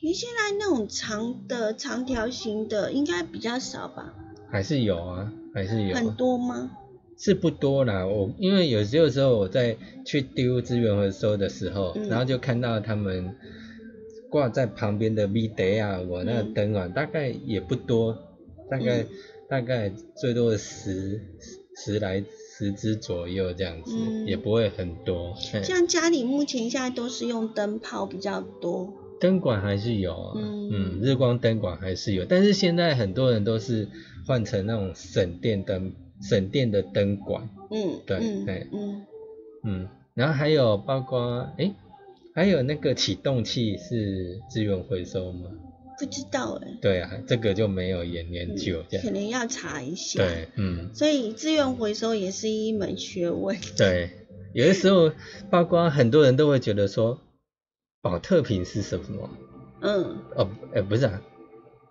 S3: 你现在那种长的长条形的应该比较少吧？
S2: 还是有啊，还是有啊，
S3: 很多吗？
S2: 是不多啦。我因为有些时候我在去丢资源回收的时候，
S3: 嗯
S2: 然后就看到他们挂在旁边的米袋啊，我那个
S3: 嗯
S2: 灯啊，大概也不多，大概、
S3: 嗯
S2: 大概最多十十来十只左右这样子，
S3: 嗯
S2: 也不会很多。嘿
S3: 像家里目前现在都是用灯泡比较多。
S2: 灯管还是有啊，
S3: 嗯
S2: 嗯日光灯管还是有，但是现在很多人都是换成那种省电灯，省电的灯管，
S3: 嗯，
S2: 对
S3: 嗯
S2: 对
S3: 嗯，
S2: 嗯，然后还有包括诶，还有那个启动器是资源回收吗？
S3: 不知道哎、
S2: 对啊，这个就没有研研究这样
S3: 可，能要查一下。
S2: 对，嗯，
S3: 所以资源回收也是一门学问。
S2: 对，有的时候包括很多人都会觉得说，保特瓶是什么？
S3: 嗯
S2: 哦，诶，不是啊，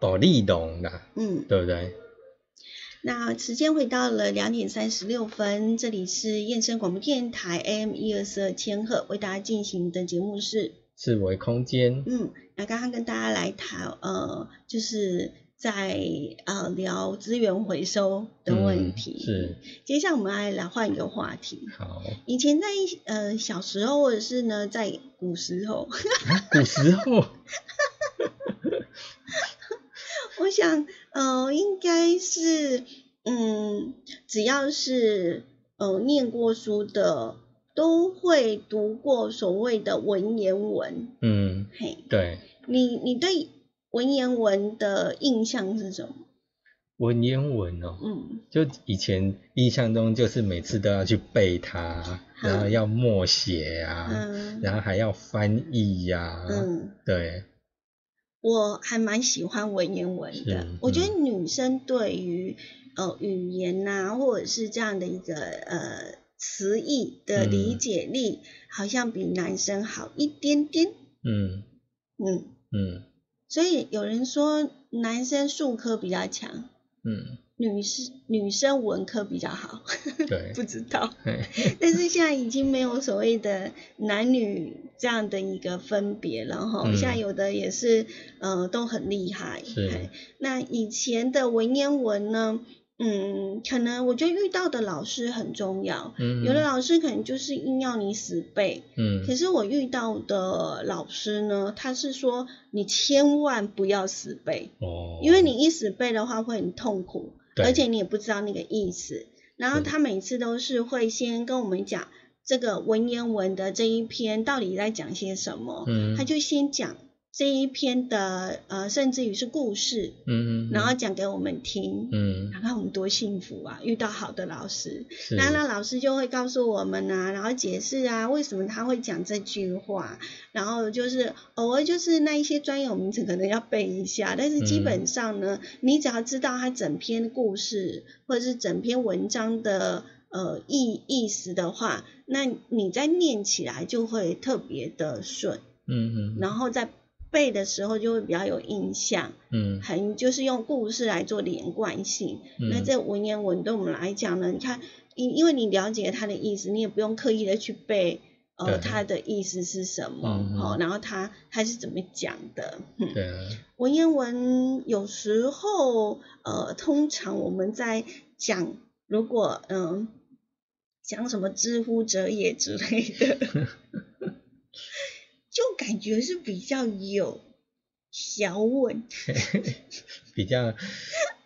S2: 保利龙啊，
S3: 嗯，
S2: 对不对？
S3: 那时间回到了两点三十六分，这里是燕声广播电台 AM 一二四二千赫为大家进行的节目是，
S2: 四维空间，
S3: 嗯，那刚刚跟大家来谈，呃，就是在呃聊资源回收的问题。
S2: 嗯、是。
S3: 接下来我们来来换一个话题。
S2: 好，
S3: 以前在呃小时候，或者是呢在古时候，
S2: 古时候，
S3: 我想，呃，应该是，嗯，只要是呃念过书的，都会读过所谓的文言文。
S2: 嗯，
S3: 嘿，
S2: 对，
S3: 你你对文言文的印象是什么？
S2: 文言文哦，
S3: 嗯，
S2: 就以前印象中就是每次都要去背它，
S3: 嗯
S2: 然后要默写啊，
S3: 嗯
S2: 然后还要翻译呀、
S3: 嗯，
S2: 对，
S3: 我还蛮喜欢文言文的
S2: 是。
S3: 我觉得
S2: 嗯
S3: 女生对于呃语言呐、或者是这样的一个呃词义的理
S2: 嗯
S3: 解力，好像比男生好一点点。
S2: 嗯
S3: 嗯。
S2: 嗯
S3: 所以有人说男生数科比较强，
S2: 嗯，
S3: 女生女生文科比较好，
S2: 对，
S3: 不知道。
S2: 嘿
S3: 但是现在已经没有所谓的男女这样的一个分别了哈，
S2: 嗯
S3: 现在有的也是呃都很厉害。
S2: 是
S3: 嘿，那以前的文言文呢，嗯，可能我觉得遇到的老师很重要。
S2: 嗯，
S3: 有的老师可能就是硬要你死背，
S2: 嗯
S3: 可是我遇到的老师呢，他是说你千万不要死背，
S2: 哦，
S3: 因为你一死背的话会很痛苦，
S2: 对
S3: 而且你也不知道那个意思。然后他每次都是会先跟我们讲这个文言文的这一篇到底在讲些什么，
S2: 嗯
S3: 他就先讲这一篇的呃，甚至于是故事，
S2: 嗯嗯，
S3: 然后讲给我们听。
S2: 嗯
S3: 然后我们多幸福啊！遇到好的老师，
S2: 是
S3: 那那老师就会告诉我们啊，然后解释啊，为什么他会讲这句话，然后就是偶尔就是那一些专有名词可能要背一下，但是基本上呢，你只要知道他整篇故事或者是整篇文章的呃意意思的话，那你在念起来就会特别的顺，
S2: 嗯嗯，
S3: 然后在背的时候就会比较有印象。
S2: 嗯
S3: 很就是用故事来做连贯性。
S2: 嗯
S3: 那这文言文对我们来讲呢，你看，因因为你了解它的意思，你也不用刻意的去背，呃，
S2: 对
S3: 它的意思是什么
S2: 嗯，嗯
S3: 哦，然后它它是怎么讲的。嗯
S2: 对啊，
S3: 文言文有时候，呃，通常我们在讲，如果嗯、讲什么“知乎者也”之类的， 就感觉是比较有小稳。
S2: 比较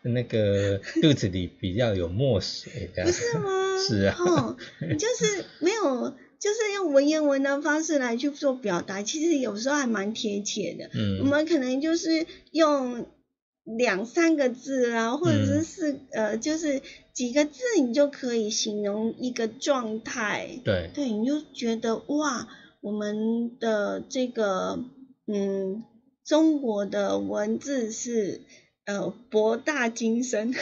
S2: 那个肚子里比较有墨水这样
S3: 不，是吗？
S2: 是啊
S3: 哦，就是没有，就是用文言文的方式来去做表达，其实有时候还蛮贴切的。
S2: 嗯，
S3: 我们可能就是用两三个字啊，或者是
S2: 嗯
S3: 四、呃，就是几个字，你就可以形容一个状态。
S2: 对，
S3: 对，你就觉得哇，我们的这个嗯，中国的文字是呃博大精 深，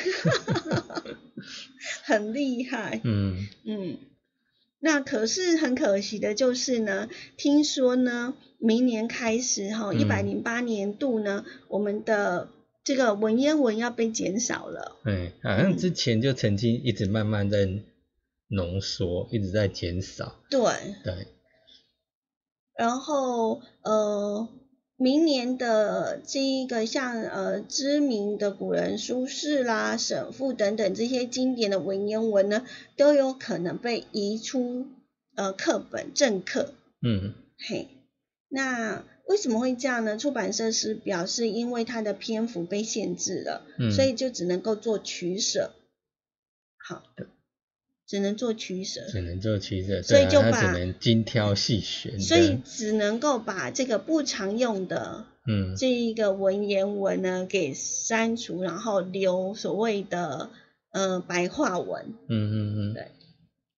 S3: 很厉害。
S2: 嗯
S3: 嗯，那可是很可惜的就是呢，听说呢，明年开始哈，一百零八年度呢，我们的这个文言文要被减少了。
S2: 哎，好像之前就曾经一直慢慢在浓缩，一直在减少，
S3: 对，
S2: 对，
S3: 然后呃，明年的这一个像呃知名的古人苏轼啦、沈复等等这些经典的文言文呢，都有可能被移出呃课本正课。
S2: 嗯
S3: 嘿，那为什么会这样呢？出版社是表示，因为它的篇幅被限制了，
S2: 嗯，
S3: 所以就只能够做取舍。好
S2: 对，
S3: 只能做取舍。
S2: 只能做取舍，
S3: 所以
S2: 对啊
S3: 就
S2: 他
S3: 把
S2: 只能精挑细选，
S3: 所以，只能够把这个不常用的
S2: 嗯，
S3: 这一个文言文呢给删除，然后留所谓的呃白话文。
S2: 嗯嗯嗯，
S3: 对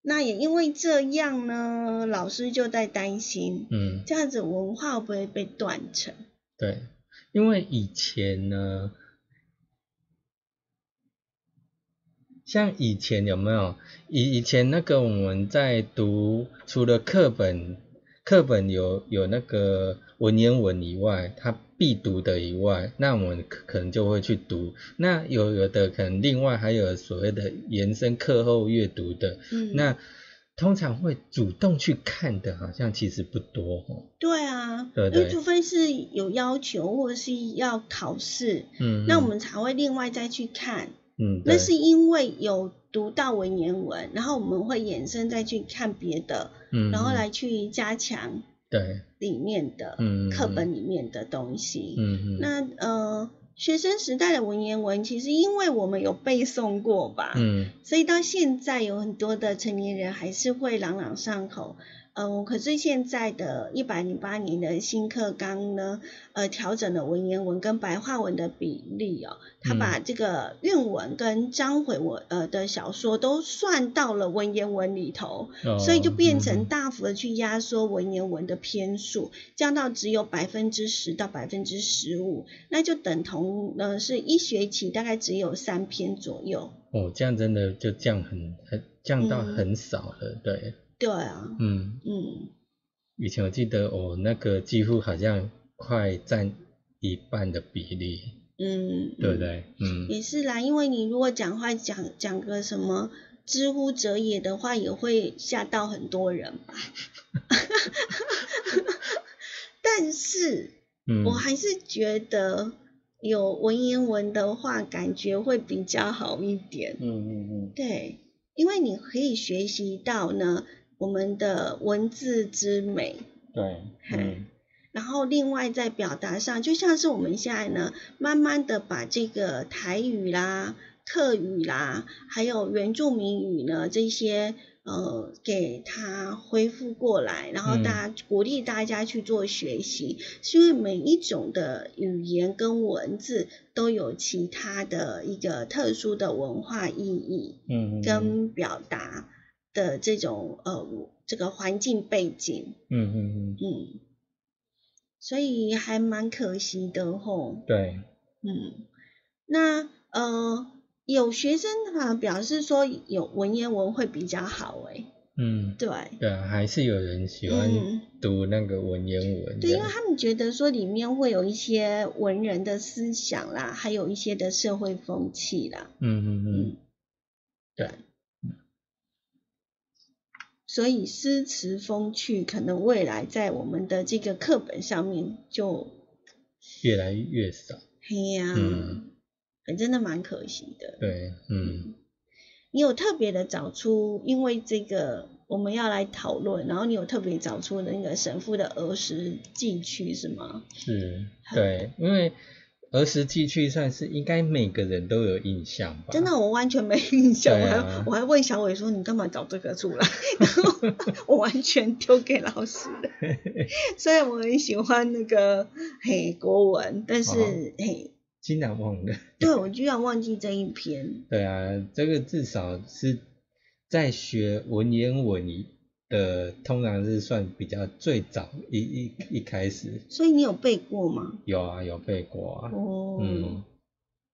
S3: 那也因为这样呢，老师就在担心，
S2: 嗯，
S3: 这样子文化会不会被断层？
S2: 对，因为以前呢，像以前有没有？以以前那个我们在读，除了课本，课本有有那个文言文以外，它必读的以外，那我们可可能就会去读。那有有的可能另外还有所谓的延伸课后阅读的，
S3: 嗯，
S2: 那通常会主动去看的，好像其实不多哦。
S3: 对啊，
S2: 对
S3: 因为
S2: 对
S3: 除非是有要求或者是要考试，
S2: 嗯，
S3: 那我们才会另外再去看。
S2: 嗯，
S3: 那
S2: 对
S3: 是因为有读到文言文，然后我们会衍生再去看别的，
S2: 嗯，
S3: 然后来去加强
S2: 对，
S3: 里面的
S2: 嗯，
S3: 课本里面的东西。
S2: 嗯，嗯嗯，
S3: 那呃，学生时代的文言文，其实因为我们有背诵过吧，
S2: 嗯
S3: 所以到现在有很多的成年人还是会朗朗上口。呃，可是现在的一百零八年的新课纲呢，呃，调整了文言文跟白话文的比例哦，他
S2: 嗯
S3: 把这个韵文跟章回文呃的小说都算到了文言文里头，
S2: 哦
S3: 所以就变成
S2: 嗯
S3: 大幅的去压缩文言文的篇数，降到只有百分之十到百分之十五，那就等同呃是一学期大概只有三篇左右。
S2: 哦，这样真的就降很很降到
S3: 嗯
S2: 很少了，对，
S3: 对啊，
S2: 嗯，
S3: 嗯，
S2: 以前我记得我那个几乎好像快占一半的比例，
S3: 嗯，
S2: 对不
S3: 嗯？
S2: 对？嗯，
S3: 也是啦，因为你如果讲话讲讲个什么知乎者也的话，也会吓到很多人 吧。 但是
S2: 嗯
S3: 我还是觉得有文言文的话，感觉会比较好一点。
S2: 嗯嗯嗯，
S3: 对，因为你可以学习到呢我们的文字之美，
S2: 对，
S3: 嗯然后另外在表达上，就像是我们现在呢，慢慢的把这个台语啦、客语啦，还有原住民语呢这些呃给它恢复过来，然后
S2: 嗯
S3: 大家、鼓励大家去做学习，是因为每一种的语言跟文字都有其他的一个特殊的文化意义
S2: 嗯嗯，
S3: 跟表达的这种呃这个环境背景。
S2: 嗯嗯嗯，
S3: 嗯，所以还蛮可惜的吼。
S2: 对，
S3: 嗯，那呃，有学生啊表示说有文言文会比较好诶、
S2: 嗯，
S3: 对，
S2: 对啊，还是有人喜欢
S3: 嗯
S2: 读那个文言文这
S3: 对，因
S2: 样，
S3: 为他们觉得说里面会有一些文人的思想啦，还有一些的社会风气啦，
S2: 嗯嗯嗯
S3: 嗯，
S2: 对，
S3: 所以诗词风趣可能未来在我们的这个课本上面就，
S2: 越来越少，
S3: 嘿呀、
S2: 嗯
S3: 哎真的蛮可惜的。
S2: 对，嗯
S3: 你有特别的找出，因为这个我们要来讨论，然后你有特别找出那个神父的儿时禁区是吗？
S2: 是，对，因为儿时记趣算是应该每个人都有印象吧？
S3: 真 的，哦我完全没印象，
S2: 对
S3: 我还、
S2: 啊
S3: 我还问小伟说你干嘛找这个出来， 然后我完全丢给老师了。虽然我很喜欢那个嘿国文，但是、
S2: 哦
S3: 嘿，
S2: 竟然忘了。
S3: 对我居然忘记这一篇。
S2: 对啊，这个至少是在学文言文的，通常是算比较最早一一一开始
S3: 所以你有背过吗？
S2: 有啊，有背过啊。
S3: 哦，
S2: 嗯，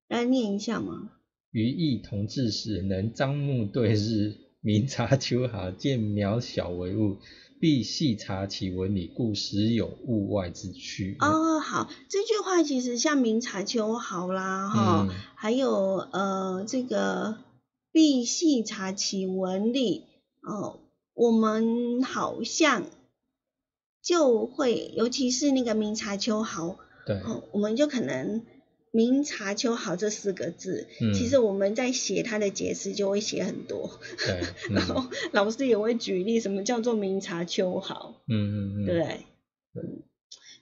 S3: 来念一下吗？
S2: 余意同志使能张目对日，明察秋毫，见渺小为物，必细察其文理，故时有物外之趋。
S3: 哦，好，这句话其实像明察秋毫啦，哈、
S2: 嗯，
S3: 还有呃，这个必细察其文理哦。我们好像就会，尤其是那个明察秋毫，
S2: 对，
S3: 哦，我们就可能明察秋毫这四个字，
S2: 嗯，
S3: 其实我们在写它的解释就会写很多，
S2: 对，嗯
S3: 然后老师也会举例什么叫做明察秋毫，
S2: 嗯嗯嗯，
S3: 对不对？嗯，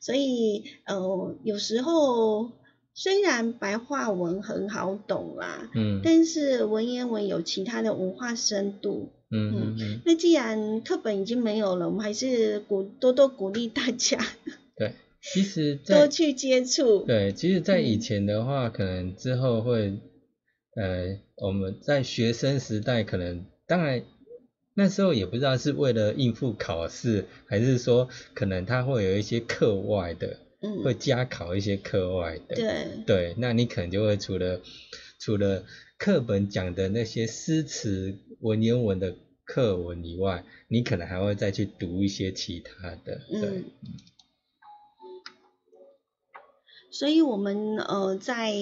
S3: 所以呃，有时候虽然白话文很好懂啦，
S2: 嗯，
S3: 但是文言文有其他的文化深度。
S2: 嗯嗯嗯，
S3: 那既然课本已经没有了，我们还是鼓多多鼓励大家
S2: 其实在
S3: 多去接触。
S2: 对，其实，在以
S3: 嗯
S2: 前的话，可能之后会，呃，我们在学生时代，可能当然那时候也不知道是为了应付考试，还是说可能他会有一些课外的，
S3: 嗯，
S2: 会加考一些课外的。
S3: 对，
S2: 对，那你可能就会除了除了课本讲的那些诗词文言文的课文以外，你可能还会再去读一些其他的。对
S3: 嗯，。所以我们呃在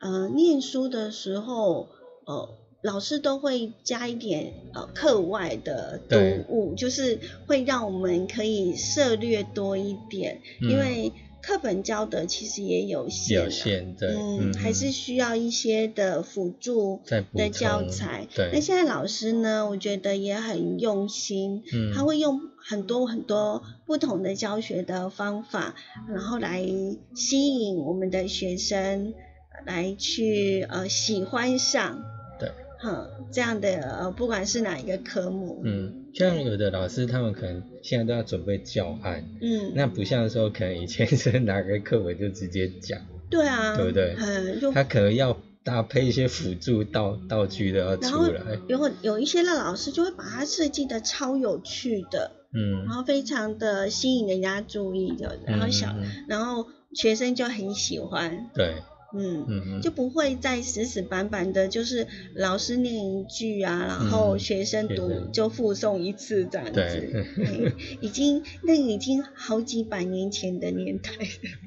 S3: 呃念书的时候，呃老师都会加一点呃课外的读
S2: 对
S3: 物，就是会让我们可以涉略多一点，因
S2: 嗯
S3: 为课本教的其实也有限啊、
S2: 有限对，
S3: 嗯，还是需要一些的辅助
S2: 在补
S3: 的教
S2: 充
S3: 材。
S2: 对，
S3: 那现在老师呢，我觉得也很用心，
S2: 嗯，
S3: 他会用很多很多不同的教学的方法，然后来吸引我们的学生呃来去呃喜欢上，
S2: 对，
S3: 哼，这样的呃不管是哪一个科目，
S2: 嗯，像有的老师他们可能现在都要准备教案，
S3: 嗯，
S2: 那不像说可能以前 是拿个课本就直接讲，
S3: 对啊，
S2: 对不对
S3: 嗯，就
S2: 他可能要搭配一些辅助道道具的要
S3: 然
S2: 出
S3: 后
S2: 来，
S3: 如果有一些的老师就会把它设计的超有趣的，
S2: 嗯
S3: 然，后非常的吸引人家注意的，然后小，
S2: 嗯嗯嗯
S3: 然后学生就很喜欢，
S2: 对，
S3: 嗯
S2: 嗯嗯，
S3: 就不会再死死板板的，就是老师念一句啊，然后
S2: 嗯
S3: 学生
S2: 学
S3: 读
S2: 生
S3: 就附送一次这样子。
S2: 对嗯
S3: 嘿已经那已经好几百年前的年代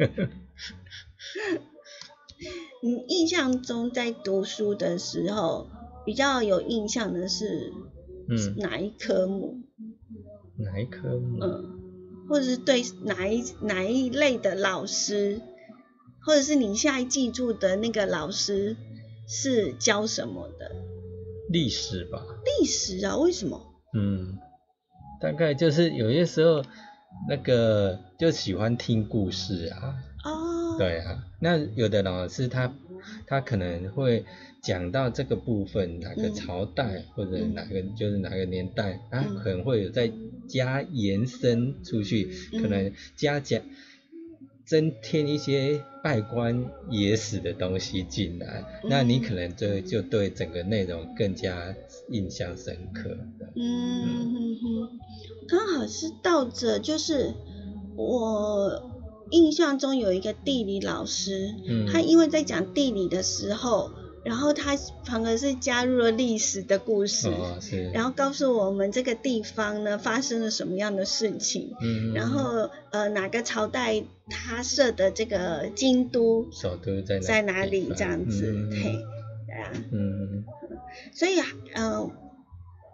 S3: 了。 你印象中在读书的时候，比较有印象的是
S2: 嗯，
S3: 哪一科目？
S2: 哪一科目？
S3: 嗯，或者是对哪一哪一类的老师，或者是你现在记住的那个老师是教什么的？
S2: 历史吧，
S3: 历史啊？为什么？
S2: 嗯，大概就是有些时候那个就喜欢听故事啊，
S3: 哦，，
S2: 对啊，那有的老师他他可能会讲到这个部分哪个
S3: 嗯
S2: 朝代、或者
S3: 嗯
S2: 哪个就是哪个年代，他
S3: 嗯
S2: 可能会有再加延伸出去，可
S3: 嗯
S2: 能加讲增添一些拜官野史的东西进来，那
S3: 嗯
S2: 你可能就就对整个内容更加印象深刻。
S3: 嗯哼哼，刚好是倒着，就是我印象中有一个地理老师，
S2: 嗯，
S3: 他因为在讲地理的时候，然后他反而是加入了历史的故事。
S2: 哦是，
S3: 然后告诉我们这个地方呢发生了什么样的事情，
S2: 嗯，
S3: 然后呃哪个朝代他设的这个京都
S2: 首都在
S3: 在哪
S2: 个
S3: 里
S2: 地方
S3: 这样子，
S2: 嗯
S3: 嘿，对啊，
S2: 嗯，
S3: 所以呃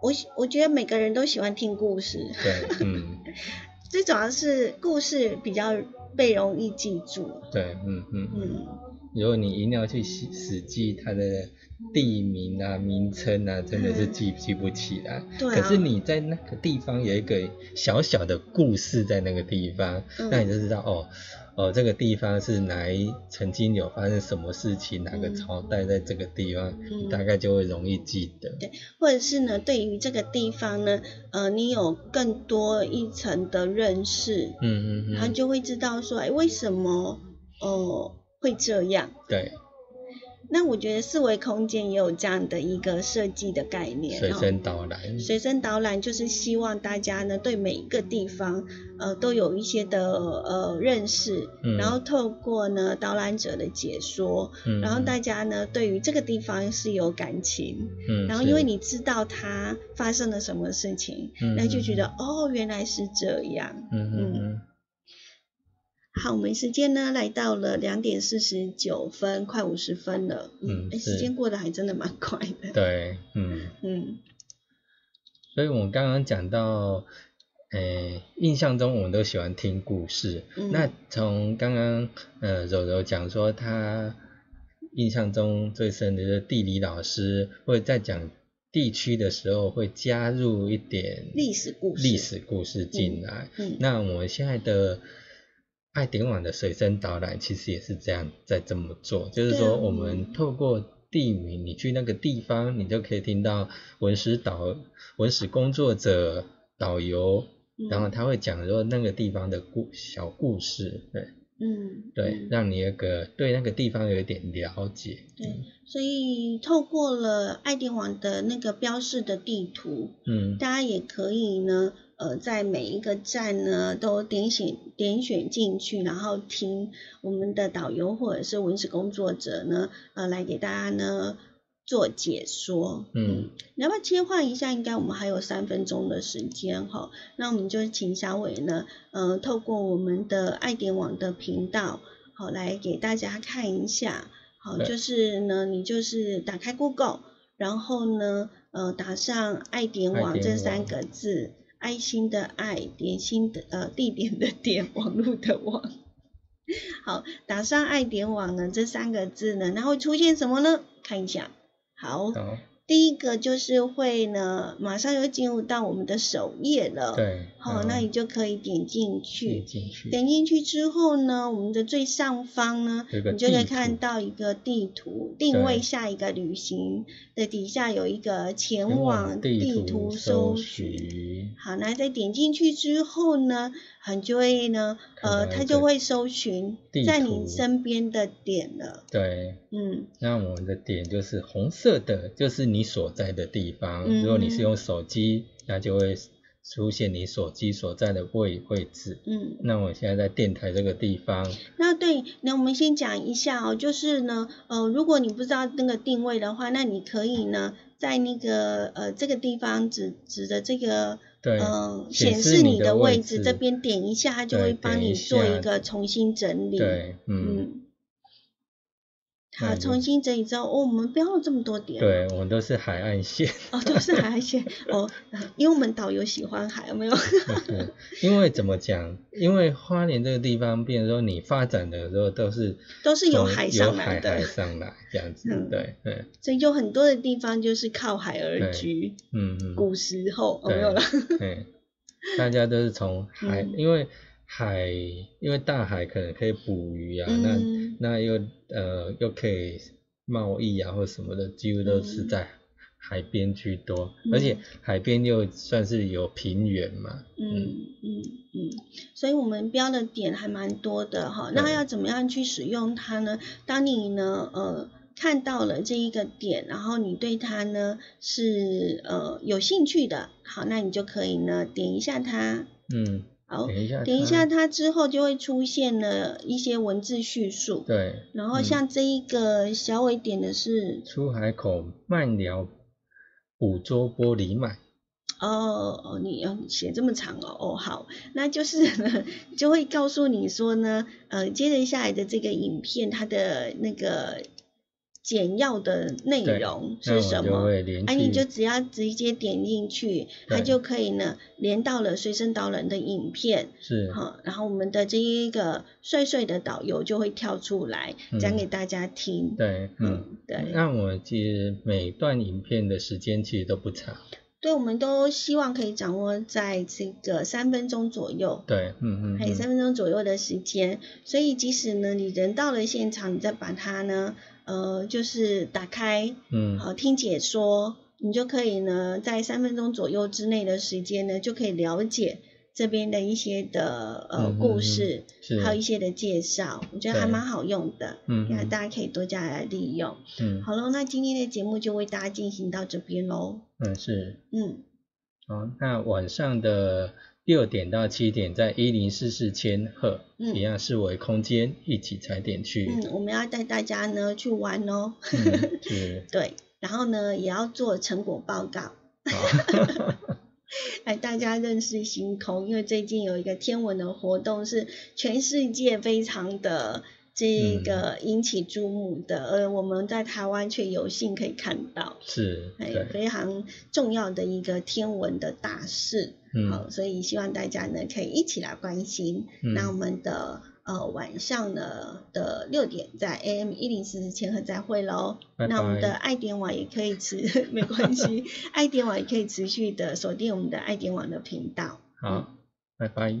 S3: 我喜我觉得每个人都喜欢听故事，
S2: 对，嗯。
S3: 最主要是故事比较被容易记住，
S2: 对，嗯嗯嗯，
S3: 嗯，
S2: 如果你一定要去死死记它的地名啊、名称啊，真的是记记不起来。
S3: 对
S2: 可
S3: 啊，
S2: 是你在那个地方有一个小小的故事在那个地方，
S3: 嗯
S2: 那你就知道哦哦，这个地方是哪一曾经有发生什么事情，哪个
S3: 嗯
S2: 朝代在这个地方，
S3: 嗯
S2: 你大概就会容易记得。
S3: 或者是呢对于这个地方呢，呃你有更多一层的认识，
S2: 嗯嗯
S3: 然后
S2: 嗯，
S3: 就会知道说，哎，为什么哦、呃会这样？
S2: 对，
S3: 那我觉得四维空间也有这样的一个设计的概念，
S2: 随
S3: 哦
S2: 身导览，
S3: 随身导览就是希望大家呢对每一个地方呃都有一些的呃认识，
S2: 嗯
S3: 然后透过呢导览者的解说，
S2: 嗯
S3: 然后大家呢对于这个地方是有感情，
S2: 嗯，
S3: 然后
S2: 是
S3: 因为你知道它发生了什么事情，
S2: 嗯
S3: 那就觉得
S2: 嗯
S3: 哦原来是这样。
S2: 嗯嗯嗯
S3: 好，我们时间呢来到了两点四十九分，快五十分了。
S2: 嗯
S3: 诶
S2: 是
S3: 时间过得还真的蛮快的。
S2: 对嗯，
S3: 嗯，
S2: 所以我们刚刚讲到。诶，印象中我们都喜欢听故事。
S3: 嗯
S2: 那从刚刚呃柔柔讲说，她印象中最深的就是地理老师会在讲地区的时候，会加入一点
S3: 历史故事，
S2: 历，史故事进来。
S3: 嗯，
S2: 那我们现在的爱点网的随身导览其实也是这样在这么做，就是
S3: 对啊
S2: 说我们透过地名，你去那个地方，你就可以听到文史导、文史工作者、导游，
S3: 嗯
S2: 然后他会讲说那个地方的故小故事，对
S3: 嗯，嗯，
S2: 对，让你有一个对那个地方有一点了解。
S3: 对所以透过了爱丁网的那个标示的地图，
S2: 嗯
S3: 大家也可以呢，呃，在每一个站呢都点选点选进去，然后听我们的导游或者是文史工作者呢，呃，来给大家呢做解说。
S2: 嗯，
S3: 你要不要切换一下？应该我们还有三分钟的时间哈，那我们就请小伟呢，呃，透过我们的爱点网的频道，好来给大家看一下。好，
S2: 对
S3: 就是呢，你就是打开 Google，然后呢，呃，打上爱点
S2: 爱
S3: 网
S2: 点
S3: 这
S2: 网
S3: 三个字，爱心的爱，点心的呃，地点的点，网络的网。好，打上爱点网呢这三个字呢，那会出现什么呢？看一下，好，
S2: 好，
S3: 第一个就是会呢，马上就进入到我们的首页了。，
S2: 对，
S3: 好、那你就可以点进
S2: 去
S3: 去。
S2: 进去，
S3: 点进去之后呢，我们的最上方呢，
S2: 有一个
S3: 你就可以
S2: 地图
S3: 看到一个地图，定
S2: 对
S3: 位下一个旅行的底下有一个前
S2: 前
S3: 往
S2: 往
S3: 地
S2: 地
S3: 图
S2: 图
S3: 搜
S2: 搜
S3: 寻。
S2: 寻。
S3: 好，那再点进去之后呢，很就会呢，呃，
S2: 看到一
S3: 它
S2: 个
S3: 就会搜寻
S2: 地
S3: 在
S2: 图
S3: 你身边的点了。
S2: 对，
S3: 嗯，
S2: 那我们的点就是红色的，就是你所在的地方。
S3: 嗯
S2: 如果你是用手机，那就会出现你手机所在的位位置。
S3: 嗯，
S2: 那我现在在电台这个地方，
S3: 那对，那我们先讲一下哦，就是呢，呃，如果你不知道那个定位的话，那你可以呢，在那个呃这个地方指指的这个
S2: 对，
S3: 呃
S2: 嗯显
S3: 显
S2: 示
S3: 示你
S2: 的
S3: 的位
S2: 置
S3: 置这边点一下，它就
S2: 对
S3: 会帮
S2: 点
S3: 你做
S2: 下
S3: 一个重新整理。
S2: 对，嗯，
S3: 嗯，
S2: 那
S3: 好，
S2: 你
S3: 重新整理之后，哦，我们标了这么多点，，
S2: 对，我们都是海岸 线，
S3: 哦，都是海线，哦，因为我们导游喜欢海，有没 有？
S2: 就是因为怎么讲？因为花莲这个地方，变成说你发展的时候都是
S3: 都是
S2: 从
S3: 由海
S2: 由
S3: 上来
S2: 海
S3: 的
S2: 海上来这样子，
S3: 嗯
S2: 对，对，
S3: 所以有很多的地方就是靠海而
S2: 对
S3: 居，
S2: 嗯嗯。
S3: 古时候，哦，
S2: 对，
S3: 没有了。
S2: 对，大家都是从海，
S3: 嗯
S2: 因为海，因为大海可能可以捕鱼啊，
S3: 嗯
S2: 那那又呃又可以贸易啊或什么的，几乎都是
S3: 嗯
S2: 在海边居多，而且
S3: 嗯
S2: 海边又算是有平原嘛，
S3: 嗯嗯嗯，所以我们标的点还蛮多的哈。那
S2: 对
S3: 要怎么样去使用它呢？当你呢呃看到了这一个点，然后你对它呢是呃有兴趣的，好，那你就可以呢点一下它，
S2: 嗯，
S3: 好，
S2: 等一下，
S3: 哦点一下，它之后就会出现了一些文字叙述。
S2: 对，
S3: 然后
S2: 嗯
S3: 像这一个小伟点的是，
S2: 出海口慢聊捕捉玻璃鳗，
S3: 哦哦，你哦你写这么长哦，哦好，那就是呢， 就会告诉你说呢，呃，接着下来的这个影片它的那个简要的内
S2: 对
S3: 容
S2: 那
S3: 是
S2: 我
S3: 什
S2: 就
S3: 么？
S2: 会连
S3: 啊，
S2: 续，
S3: 你就只要直接点进去，它
S2: 对
S3: 就可以呢连到了随身导览的影片，
S2: 是
S3: 好，然后我们的这一个碎碎的导游就会跳出来讲
S2: 嗯
S3: 给大家听。
S2: 对，嗯。
S3: 嗯，对，
S2: 那我其实每段影片的时间其实都不长，
S3: 对，我们都希望可以掌握在这个三分钟左右。
S2: 对，嗯嗯
S3: 还有
S2: 嗯，
S3: 三分钟左右的时间，所以即使呢你人到了现场，你再把它呢，呃，就是打开，
S2: 嗯
S3: 好、听解说，你就可以呢在三分钟左右之内的时间呢，就可以了解这边的一些的呃
S2: 嗯嗯
S3: 故
S2: 嗯
S3: 事，
S2: 是
S3: 还有一些的介绍，我觉得还
S2: 对
S3: 蛮好用的，
S2: 嗯
S3: 那
S2: 嗯
S3: 大家可以多加来利用。
S2: 嗯
S3: 好喽，那今天的节目就为大家进行到这边喽。
S2: 嗯是。
S3: 嗯，
S2: 哦，那晚上的六点到七点在一零四四千赫，
S3: 嗯
S2: 一样视为空间一起踩点去。
S3: 嗯，我们要带大家呢去玩哦，
S2: 嗯，是。
S3: 对，然后呢也要做成果报告，
S2: 好，
S3: 来大家认识星空，因为最近有一个天文的活动是全世界非常的这个
S2: 嗯
S3: 引起注目的，而我们在台湾却有幸可以看到，
S2: 是，
S3: 哎，
S2: 对，
S3: 非常重要的一个天文的大事。好，
S2: 嗯，
S3: 所以希望大家呢可以一起来关心。
S2: 嗯
S3: 那我们的呃晚上呢的六点在 AM 一零四四千赫再会喽。
S2: 拜
S3: 那我们的
S2: 拜
S3: 爱点网也可以持 没 关系，爱点网也可以持续的锁定我们的爱点网的频道。
S2: 好，拜拜。